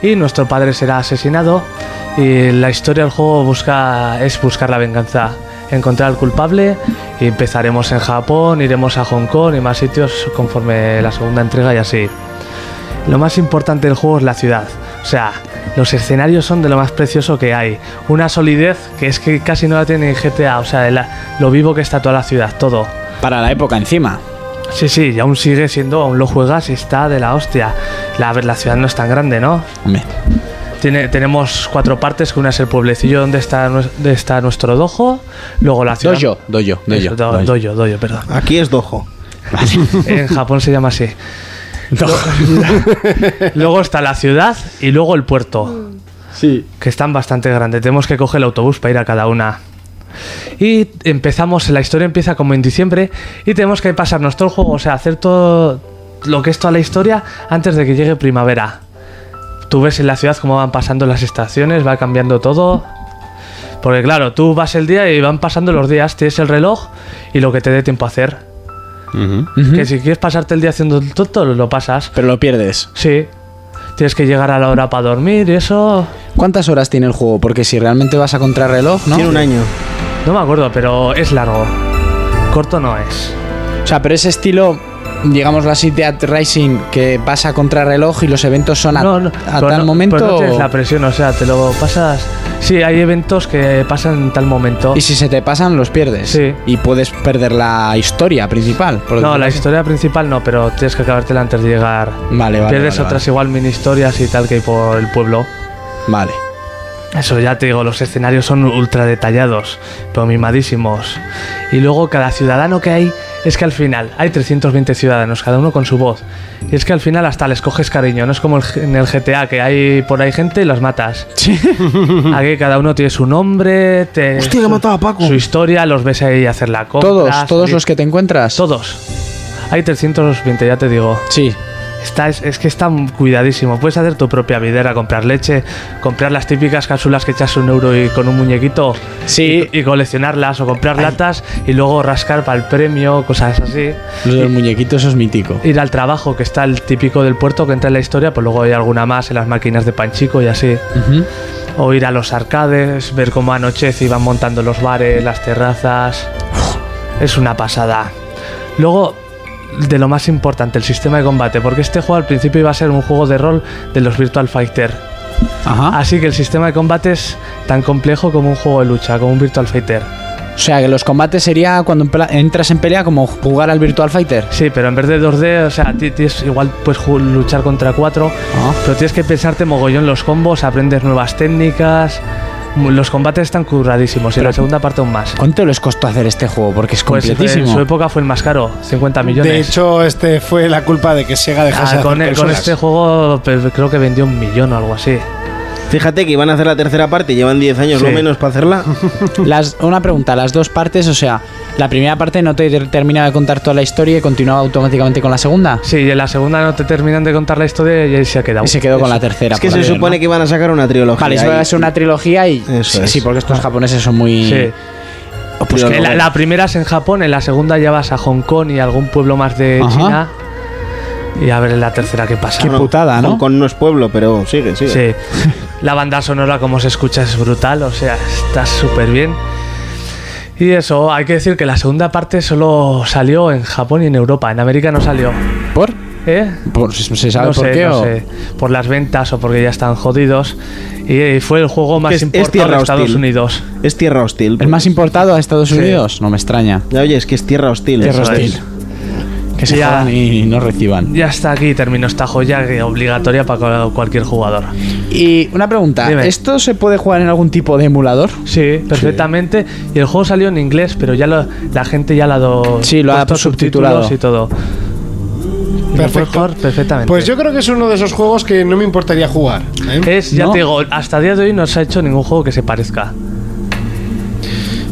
Speaker 6: y nuestro padre será asesinado. Y la historia del juego busca es buscar la venganza, encontrar al culpable. Y empezaremos en Japón, iremos a Hong Kong y más sitios conforme la segunda entrega y así. Lo más importante del juego es la ciudad. O sea, los escenarios son de lo más precioso que hay. Una solidez que es que casi no la tiene en GTA. O sea, de la- lo vivo que está toda la ciudad, todo.
Speaker 4: Para la época encima.
Speaker 6: Sí, sí, y aún sigue siendo, aún lo juegas y está de la hostia. La, a ver, la ciudad no es tan grande, ¿no?
Speaker 4: Hombre,
Speaker 6: Tiene, tenemos cuatro partes, que una es el pueblecillo donde está, nue- donde está nuestro dojo, luego la ciudad...
Speaker 4: doyo, doyo, doyo.
Speaker 6: Eso, do-
Speaker 4: doyo.
Speaker 6: dojo, dojo, perdón.
Speaker 5: Aquí es Dojo.
Speaker 6: En Japón se llama así. Luego está la ciudad y luego el puerto. Sí. Que están bastante grandes. Tenemos que coger el autobús para ir a cada una. Y empezamos, la historia empieza como en diciembre y tenemos que pasarnos todo el juego, o sea, hacer todo lo que es toda la historia antes de que llegue primavera. Tú ves en la ciudad cómo van pasando las estaciones, va cambiando todo. Porque claro, tú vas el día y van pasando los días, tienes el reloj y lo que te dé tiempo a hacer. Que si quieres pasarte el día haciendo el tonto, lo pasas.
Speaker 4: Pero lo pierdes.
Speaker 6: Sí. Tienes que llegar a la hora para dormir y eso...
Speaker 4: ¿Cuántas horas tiene el juego? Porque si realmente vas a contrarreloj, ¿no?
Speaker 5: Tiene un año.
Speaker 6: No me acuerdo, pero es largo. Corto no es.
Speaker 4: O sea, pero ese estilo, digamos así, de At Rising, que vas a contrarreloj y los eventos son a,
Speaker 6: no, no,
Speaker 4: a
Speaker 6: pero
Speaker 4: tal
Speaker 6: no-
Speaker 4: momento.
Speaker 6: pero no tienes la presión, o sea, te lo pasas... Sí, hay eventos que pasan en tal momento.
Speaker 4: y si se te pasan, los pierdes.
Speaker 6: Sí.
Speaker 4: Y puedes perder la historia principal. por
Speaker 6: No,
Speaker 4: decirlo
Speaker 6: la
Speaker 4: así.
Speaker 6: historia principal no, pero tienes que acabártela antes de llegar.
Speaker 4: Vale, vale.
Speaker 6: Pierdes
Speaker 4: vale,
Speaker 6: otras igual mini historias y tal que hay por el pueblo.
Speaker 4: Vale.
Speaker 6: Eso ya te digo, los escenarios son ultra detallados, pero mimadísimos. Y luego cada ciudadano que hay es que al final hay 320 ciudadanos, cada uno con su voz. Y es que al final hasta les coges cariño, no es como el G- en el GTA que hay por ahí gente y los matas. Aquí cada uno tiene su nombre, te-
Speaker 5: Hostia, que ha
Speaker 6: su,
Speaker 5: matado a Paco.
Speaker 6: su historia, los ves ahí hacer la compra.
Speaker 4: Todos, todos
Speaker 6: salir-
Speaker 4: los que te encuentras.
Speaker 6: Todos. Hay 320, ya te digo.
Speaker 4: Sí.
Speaker 6: Está, es, es que está cuidadísimo. Puedes hacer tu propia videra, comprar leche, comprar las típicas cápsulas que echas un euro y con un muñequito y, y coleccionarlas o comprar latas y luego rascar para el premio, cosas así.
Speaker 4: Lo del muñequito, eso es mítico.
Speaker 6: Ir al trabajo, que está el típico del puerto que entra en la historia, pues luego hay alguna más en las máquinas de panchico y así. O ir a los arcades, ver cómo anochece y van montando los bares, las terrazas. Es una pasada. Luego, de lo más importante, el sistema de combate, porque este juego al principio iba a ser un juego de rol de los Virtual Fighter. Así que el sistema de combate es tan complejo como un juego de lucha, como un Virtual Fighter.
Speaker 4: O sea, que los combates sería cuando empla- entras en pelea como jugar al Virtual Fighter.
Speaker 6: Sí, pero en vez de 2D, o sea, ti- tienes igual puedes ju- luchar contra 4, pero tienes que pensarte mogollón los combos, aprendes nuevas técnicas. mu- Los combates están curradísimos y
Speaker 4: Pero-
Speaker 6: la segunda parte aún más.
Speaker 4: ¿Cuánto les costó hacer este juego? Porque es
Speaker 6: Pues eh, en
Speaker 4: completísimo.
Speaker 6: su época fue el más caro, 50 millones.
Speaker 7: De hecho, este fue la culpa de que Sega dejase
Speaker 6: Ah,
Speaker 7: de
Speaker 6: con,
Speaker 7: hacer
Speaker 6: el- con
Speaker 7: consolas.
Speaker 6: este juego pues, creo que vendió un millón o algo así.
Speaker 5: Fíjate que iban a hacer la tercera parte, llevan 10 años
Speaker 6: Sí.
Speaker 5: lo menos para hacerla.
Speaker 4: Las- una pregunta, las dos partes, o sea, la primera parte no te ter- termina de contar toda la historia y continúa automáticamente con la segunda.
Speaker 6: Sí, y en la segunda no te terminan de contar la historia y ahí se ha quedado.
Speaker 4: Y se quedó con la tercera.
Speaker 5: Es que
Speaker 4: por
Speaker 5: se
Speaker 4: ahí, ¿no?
Speaker 5: supone que iban a sacar una trilogía.
Speaker 4: Vale, eso
Speaker 5: ahí.
Speaker 4: va a ser una trilogía y...
Speaker 5: Eso
Speaker 4: sí,
Speaker 5: es.
Speaker 4: sí, porque estos japoneses son muy...
Speaker 6: Sí.
Speaker 4: Oh, pues
Speaker 6: Que
Speaker 4: que-
Speaker 6: la, la primera es en Japón, en la segunda ya vas a Hong Kong y algún pueblo más de
Speaker 4: Ajá.
Speaker 6: China. Y a ver en la tercera qué pasa.
Speaker 4: Qué putada, ¿no?
Speaker 5: Hong Kong no es pueblo, pero sigue, sigue.
Speaker 6: Sí. La banda sonora, como se escucha, es brutal. O sea, está súper bien. Y eso, hay que decir que la segunda parte solo salió en Japón y en Europa. En América no salió.
Speaker 4: ¿Por?
Speaker 6: ¿Eh?
Speaker 4: por- ¿Se sabe
Speaker 6: no
Speaker 4: por
Speaker 6: sé,
Speaker 4: qué
Speaker 6: no
Speaker 4: o...?
Speaker 6: sé. Por las ventas o porque ya están jodidos. Y, eh, fue el juego más
Speaker 5: Es- es
Speaker 6: importante
Speaker 5: tierra
Speaker 6: de Estados
Speaker 5: hostil.
Speaker 6: Unidos.
Speaker 5: Es tierra hostil.
Speaker 4: ¿El más importado a Estados Unidos? No me extraña.
Speaker 5: Ya oye, es que es tierra hostil.
Speaker 4: Tierra
Speaker 5: eso
Speaker 4: hostil.
Speaker 5: es.
Speaker 4: Que se
Speaker 6: Ya.
Speaker 4: jodan y no reciban.
Speaker 6: Ya está aquí, terminó esta joya que obligatoria para cualquier jugador.
Speaker 4: Y una pregunta,
Speaker 6: Dime.
Speaker 4: ¿esto se puede jugar en algún tipo de emulador?
Speaker 6: Sí, perfectamente. Y el juego salió en inglés, pero ya lo- la gente ya la ha dado.
Speaker 4: Sí, lo ha
Speaker 6: puesto
Speaker 4: subtitulado.
Speaker 6: subtítulos y todo. Y lo puedes jugar perfectamente.
Speaker 7: Pues yo creo que es uno de esos juegos que no me importaría jugar. ¿eh?
Speaker 6: es, ya
Speaker 4: ¿No?
Speaker 6: te digo, hasta día de hoy no se ha hecho ningún juego que se parezca.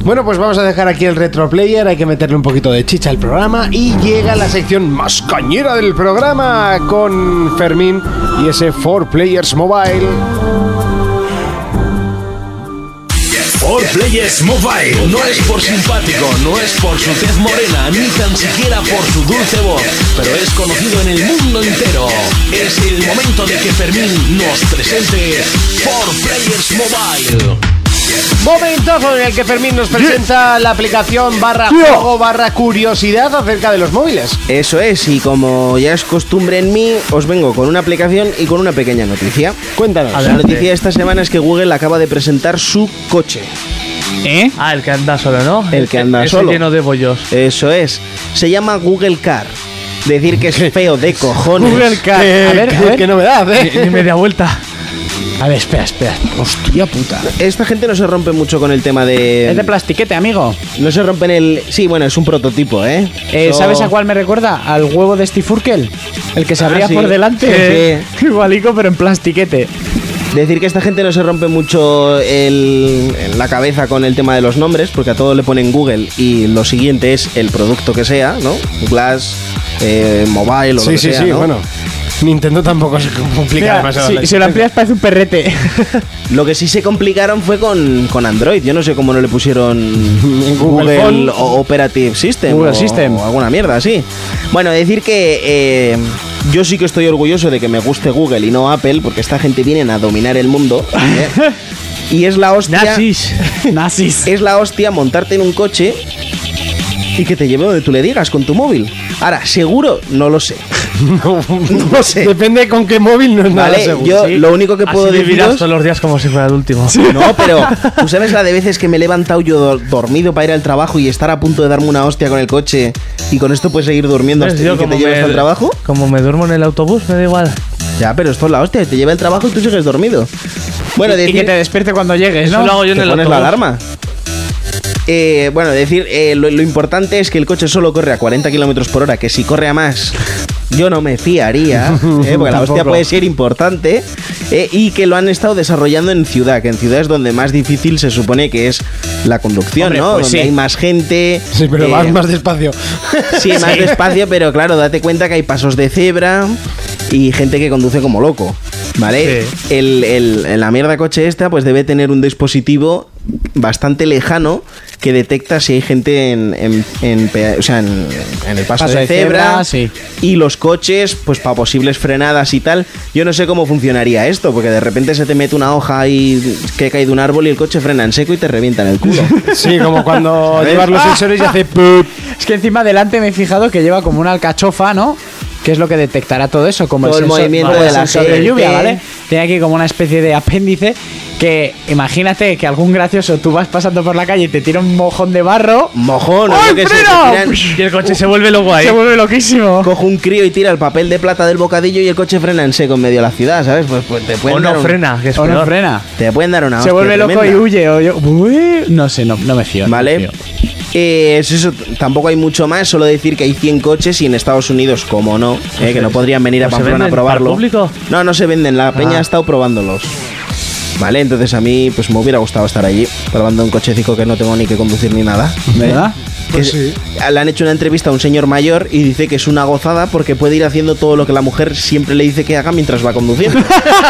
Speaker 7: Bueno, pues vamos a dejar aquí el retro player, hay que meterle un poquito de chicha al programa y llega la sección más cañera del programa con Fermín y ese 4 Players Mobile.
Speaker 1: Four Players Mobile.
Speaker 13: No es por simpático, no es por su tez morena, ni tan siquiera por su dulce voz, pero es conocido en el mundo entero. Es el momento de que Fermín nos presente For Players Mobile.
Speaker 7: Momentazo en el que Fermín nos presenta la aplicación barra juego barra curiosidad acerca de los móviles.
Speaker 5: Eso es, y como ya es costumbre en mí, os vengo con una aplicación y con una pequeña noticia. Cuéntanos. La
Speaker 6: Adelante.
Speaker 5: noticia de esta semana es que Google acaba de presentar su coche.
Speaker 4: ¿Eh?
Speaker 6: Ah, el que anda solo, ¿no? E-
Speaker 5: El que anda
Speaker 6: Ese
Speaker 5: solo.
Speaker 6: lleno de bollos.
Speaker 5: Eso es. Se llama Google Car. Decir que es feo de cojones.
Speaker 4: Google Car. A ver, a ver.
Speaker 7: Eh, qué novedad,
Speaker 6: Ni,
Speaker 7: ¿eh?
Speaker 6: ni media vuelta.
Speaker 4: A ver, espera, espera. Hostia puta.
Speaker 5: Esta gente no se rompe mucho con el tema
Speaker 4: Es de
Speaker 5: de.
Speaker 4: plastiquete, amigo.
Speaker 5: No se rompen el. Sí, bueno, es un prototipo, ¿eh?
Speaker 4: Eh,
Speaker 5: So-
Speaker 4: ¿Sabes a cuál me recuerda? Al huevo de Steve Urkel. El que se
Speaker 5: Ah,
Speaker 4: abría
Speaker 5: sí.
Speaker 4: por delante.
Speaker 5: Sí.
Speaker 4: Igualico, pero en plastiquete.
Speaker 5: Decir que esta gente no se rompe mucho el- la cabeza con el tema de los nombres, porque a todo le ponen Google y lo siguiente es el producto que sea, ¿no? Glass, eh, mobile o lo
Speaker 7: Sí,
Speaker 5: que
Speaker 7: sí,
Speaker 5: sea,
Speaker 7: sí,
Speaker 5: ¿no?
Speaker 7: bueno. Nintendo tampoco se complica
Speaker 4: Mira,
Speaker 7: demasiado.
Speaker 4: si,
Speaker 7: la
Speaker 4: si lo amplias parece un perrete.
Speaker 5: Lo que sí se complicaron fue con, con Android. Yo no sé cómo no le pusieron Google,
Speaker 7: Phone.
Speaker 5: o Operative System.
Speaker 4: Google
Speaker 5: o,
Speaker 4: System.
Speaker 5: o alguna mierda así. Bueno, decir que eh, yo sí que estoy orgulloso de que me guste Google y no Apple, porque esta gente vienen a dominar el mundo. ¿eh? y es la hostia.
Speaker 6: Nazis.
Speaker 4: Nazis.
Speaker 5: es la hostia montarte en un coche y que te lleve donde tú le digas con tu móvil. Ahora, seguro, no lo sé. No, lo sé.
Speaker 7: Depende con qué móvil no es nada
Speaker 5: Vale,
Speaker 7: seguro.
Speaker 5: yo lo único que puedo
Speaker 6: Así vivirás
Speaker 5: deciros...
Speaker 6: todos los días como si fuera el último.
Speaker 5: No, pero tú sabes la de veces que me he levantado yo do- dormido para ir al trabajo y estar a punto de darme una hostia con el coche y con esto puedes seguir durmiendo
Speaker 6: ¿Ves?
Speaker 5: hasta
Speaker 6: Pues Yo
Speaker 5: y que te
Speaker 6: como
Speaker 5: lleves
Speaker 6: me-
Speaker 5: al trabajo.
Speaker 6: Como me duermo en el autobús, me da igual.
Speaker 5: Ya, pero esto es la hostia, te lleva el trabajo y tú sigues dormido. Bueno,
Speaker 4: Y
Speaker 5: decir...
Speaker 4: que te despierte cuando llegues,
Speaker 6: Eso
Speaker 4: ¿no?
Speaker 6: lo hago yo en
Speaker 5: ¿Te
Speaker 6: el
Speaker 5: pones la
Speaker 6: autobús.
Speaker 5: alarma? Eh, bueno, decir, eh, lo, lo importante es que el coche solo corre a 40 kilómetros por hora, que si corre a más, yo no me fiaría, eh, porque la hostia puede ser importante, eh, y que lo han estado desarrollando en ciudad, que en ciudad es donde más difícil se supone que es la conducción,
Speaker 4: Hombre,
Speaker 5: ¿no?
Speaker 4: pues
Speaker 5: donde
Speaker 4: sí.
Speaker 5: hay más gente.
Speaker 7: Sí, pero
Speaker 5: eh,
Speaker 7: vas más despacio.
Speaker 5: Sí, más despacio, pero claro, date cuenta que hay pasos de cebra. y gente que conduce como loco. ¿Vale? El- el- la mierda coche esta, pues debe tener un dispositivo bastante lejano que detecta si hay gente en, en- en pe- o sea, en- en el paso,
Speaker 4: Paso
Speaker 5: de,
Speaker 4: de
Speaker 5: cebra.
Speaker 4: cebra, sí.
Speaker 5: Y los coches, pues para posibles frenadas y tal. Yo no sé cómo funcionaría esto, porque de repente se te mete una hoja y que cae de un árbol y el coche frena en seco y te revienta en el culo.
Speaker 2: Sí, como cuando
Speaker 5: ¿Sabes?
Speaker 2: llevas los
Speaker 5: Ah.
Speaker 2: sensores y hace
Speaker 4: Es que encima delante me he fijado que lleva como una alcachofa, ¿no? Que es lo que detectará todo eso, como
Speaker 5: Todo el
Speaker 4: sensor-
Speaker 5: movimiento
Speaker 4: como
Speaker 5: de
Speaker 4: el
Speaker 5: la
Speaker 4: sensor de
Speaker 5: gente.
Speaker 4: lluvia, ¿vale? Tiene aquí como una especie de apéndice que imagínate que algún gracioso tú vas pasando por la calle y te tira un mojón de barro.
Speaker 5: Mojón,
Speaker 4: ¡Ay,
Speaker 5: yo qué sé,
Speaker 4: frena!
Speaker 5: te tiran-
Speaker 6: Y el coche se vuelve loco ahí.
Speaker 4: Se vuelve loquísimo.
Speaker 5: Coge un crío y tira el papel de plata del bocadillo y el coche frena en seco en medio de la ciudad, ¿sabes? Pues, pues te pueden
Speaker 6: O no
Speaker 5: dar un-
Speaker 6: frena, que es
Speaker 4: O no
Speaker 6: peor.
Speaker 4: frena.
Speaker 5: Te pueden dar
Speaker 4: Se
Speaker 5: una Ah, hostia
Speaker 4: vuelve loco y
Speaker 5: tremenda.
Speaker 4: huye. o yo- Uy, no sé, no, no me fío. no me
Speaker 5: ¿Vale?
Speaker 4: fío.
Speaker 5: Eh, es eso, t- tampoco hay mucho más, solo decir que hay 100 coches y en Estados Unidos, como no, eh, que no podrían venir a
Speaker 6: ¿Pues se
Speaker 5: Pamplona a
Speaker 6: venden para el
Speaker 5: probarlo.
Speaker 6: público?
Speaker 5: No, no se venden, la peña
Speaker 6: Ah.
Speaker 5: ha estado probándolos. Vale, entonces a mí pues me hubiera gustado estar allí probando un cochecito que no tengo ni que conducir ni nada. ¿eh?
Speaker 4: ¿Verdad?
Speaker 5: Que es- Le han hecho una entrevista a un señor mayor y dice que es una gozada porque puede ir haciendo todo lo que la mujer siempre le dice que haga mientras va conduciendo.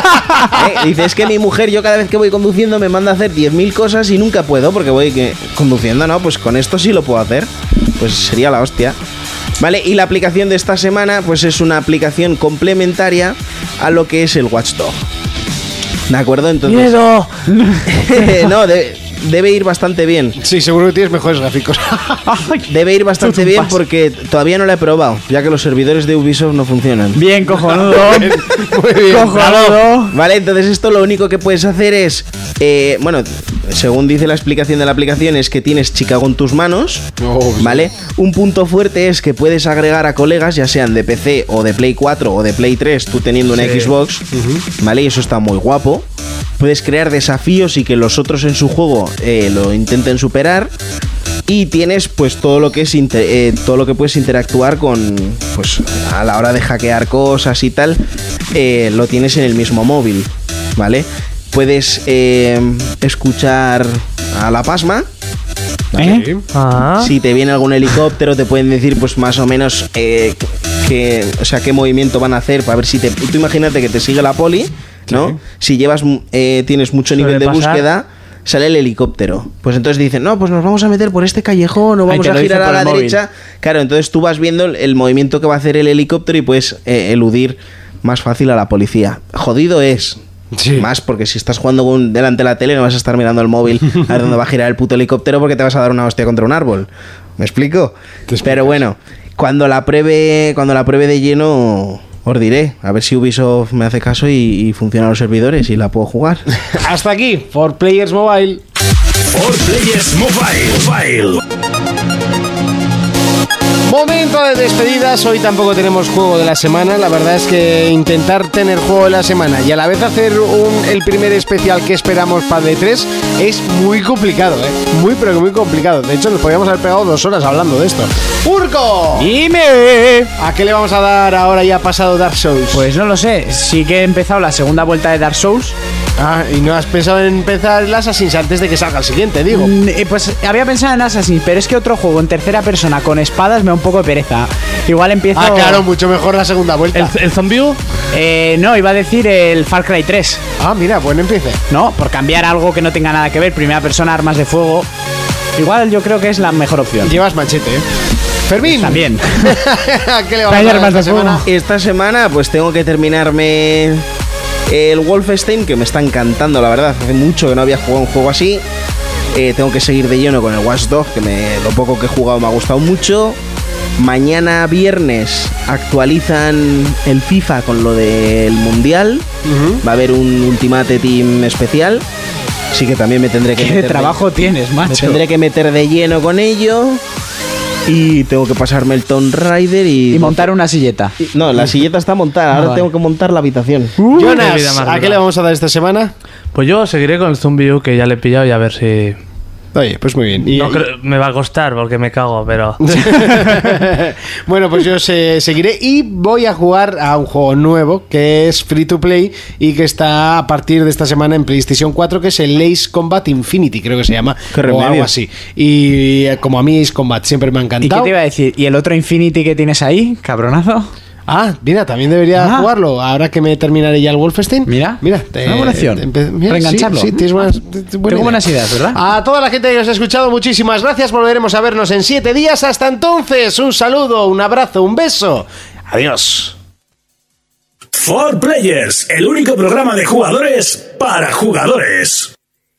Speaker 5: Eh, Dice, es que mi mujer, yo cada vez que voy conduciendo me manda a hacer 10.000 cosas y nunca puedo porque voy que- conduciendo, ¿no? Pues con esto sí lo puedo hacer. Pues sería la hostia. Vale, y la aplicación de esta semana, pues es una aplicación complementaria a lo que es el Watchdog. ¿De acuerdo? Entonces.
Speaker 6: ¡Miedo!
Speaker 5: no, de- debe ir bastante bien.
Speaker 2: Sí, seguro que tienes mejores gráficos.
Speaker 5: Debe ir bastante
Speaker 4: Tú
Speaker 5: bien
Speaker 4: zumpas.
Speaker 5: porque todavía no la he probado, ya que los servidores de Ubisoft no funcionan.
Speaker 4: Bien, cojonudo.
Speaker 2: Muy bien.
Speaker 4: cojonudo.
Speaker 5: Vale, entonces esto lo único que puedes hacer es, eh, bueno, según dice la explicación de la aplicación es que tienes Chicago en tus manos, ¿vale? Un punto fuerte es que puedes agregar a colegas, ya sean de PC o de Play 4 o de Play 3, tú teniendo una
Speaker 6: Sí.
Speaker 5: Xbox, ¿vale? Y eso está muy guapo. Puedes crear desafíos y que los otros en su juego eh, lo intenten superar. Y tienes pues todo lo que es inter- eh, todo lo que puedes interactuar con pues a la hora de hackear cosas y tal eh, lo tienes en el mismo móvil, ¿vale? Puedes eh, escuchar a la pasma.
Speaker 4: ¿Eh?
Speaker 6: Ah.
Speaker 5: Si te viene algún helicóptero te pueden decir pues más o menos eh, que, o sea, qué movimiento van a hacer para ver si te tú imagínate que te sigue la poli, ¿no? Si llevas mu- eh, tienes mucho nivel de
Speaker 6: Sobrepasar.
Speaker 5: búsqueda sale el helicóptero. Pues entonces dicen, no, pues nos vamos a meter por este callejón o
Speaker 4: Ahí
Speaker 5: vamos
Speaker 4: te
Speaker 5: a
Speaker 4: lo dice
Speaker 5: girar a
Speaker 4: por
Speaker 5: la
Speaker 4: el móvil.
Speaker 5: derecha. Claro, entonces tú vas viendo el, el movimiento que va a hacer el helicóptero y puedes eh, eludir más fácil a la policía. Jodido es. Más porque si estás jugando con- delante de la tele no vas a estar mirando el móvil a ver dónde va a girar el puto helicóptero porque te vas a dar una hostia contra un árbol. ¿Me explico? Pero bueno, cuando la pruebe, cuando la pruebe de lleno os diré, a ver si Ubisoft me hace caso y, y funcionan los servidores y la puedo jugar.
Speaker 2: Hasta aquí, For Players Mobile.
Speaker 1: For Players Mobile. Mobile.
Speaker 2: Momento de despedidas, hoy tampoco tenemos juego de la semana, la verdad es que intentar tener juego de la semana y a la vez hacer un- el primer especial que esperamos para el D3 es muy complicado, ¿eh? muy pero que muy complicado, de hecho nos podríamos haber pegado dos horas hablando de esto. ¡Urco!
Speaker 4: Dime.
Speaker 2: ¿A qué le vamos a dar ahora ya ha pasado Dark Souls?
Speaker 4: Pues no lo sé. Sí que he empezado la segunda vuelta de Dark Souls.
Speaker 2: Ah, y no has pensado en empezar el Assassin's antes de que salga el siguiente, digo.
Speaker 4: Mm, eh, Pues había pensado en Assassin, pero es que otro juego en tercera persona con espadas me da un poco de pereza. Igual empiezo.
Speaker 2: Ah, claro, mucho mejor la segunda vuelta.
Speaker 6: ¿El, el zombie?
Speaker 4: Eh, no, iba a decir el Far Cry 3.
Speaker 2: Ah, mira, bueno, empiece.
Speaker 4: No, por cambiar algo que no tenga nada que ver. Primera persona, armas de fuego. Igual yo creo que es la mejor opción.
Speaker 2: Llevas machete, ¿eh? Fermín.
Speaker 4: También.
Speaker 2: ¿A qué le vamos
Speaker 4: Trae
Speaker 2: a dar
Speaker 4: armas
Speaker 2: esta
Speaker 4: de fuego.
Speaker 2: semana?
Speaker 5: Esta semana pues tengo que terminarme el Wolfenstein, que me está encantando, la verdad. Hace mucho que no había jugado un juego así. Eh, tengo que seguir de lleno con el Watch Dogs, que me, lo poco que he jugado me ha gustado mucho. Mañana viernes actualizan el FIFA con lo del Mundial. Va a haber un Ultimate Team especial. Así que también me tendré que...
Speaker 4: ¿Qué
Speaker 5: meter de-
Speaker 4: trabajo tienes,
Speaker 5: me
Speaker 4: macho?
Speaker 5: tendré que meter de lleno con ello. Y tengo que pasarme el Tomb Raider y...
Speaker 4: Y montar una silleta. Ah,
Speaker 5: No, la silleta está montada, ahora
Speaker 4: vale.
Speaker 5: tengo que montar la habitación.
Speaker 6: Uh, Qué vida
Speaker 2: Jonas,
Speaker 6: más
Speaker 2: ¿a qué
Speaker 6: dura.
Speaker 2: le vamos a dar esta semana?
Speaker 6: Pues yo seguiré con el zombie que ya le he pillado y a ver si.
Speaker 2: Oye, pues muy bien. Y-
Speaker 6: No creo- me va a costar porque me cago, pero.
Speaker 2: bueno, pues yo se- seguiré y voy a jugar a un juego nuevo que es free to play y que está a partir de esta semana en PlayStation 4, que es el Ace Combat Infinity, creo que se llama,
Speaker 5: Qué
Speaker 2: o algo
Speaker 5: remedio.
Speaker 2: así. Y eh, como a mí Ace Combat siempre me ha
Speaker 4: ¿Y qué
Speaker 2: encantado.
Speaker 4: te iba a decir? ¿Y el otro Infinity que tienes ahí, cabronazo?
Speaker 2: Ah, mira, también debería
Speaker 4: Ah.
Speaker 2: jugarlo. Ahora que me terminaré ya el Wolfenstein.
Speaker 4: Mira,
Speaker 2: mira, te-
Speaker 4: una buena opción.
Speaker 2: empe- mira,
Speaker 4: Reengancharlo. Ah,
Speaker 2: Sí, sí, tienes buenas,
Speaker 4: Tengo buenas ideas, ¿verdad?
Speaker 2: A toda la gente que nos ha escuchado, muchísimas gracias. Volveremos a vernos en siete días. Hasta entonces, un saludo, un abrazo, un beso. Adiós.
Speaker 1: For Players, el único programa de jugadores para jugadores.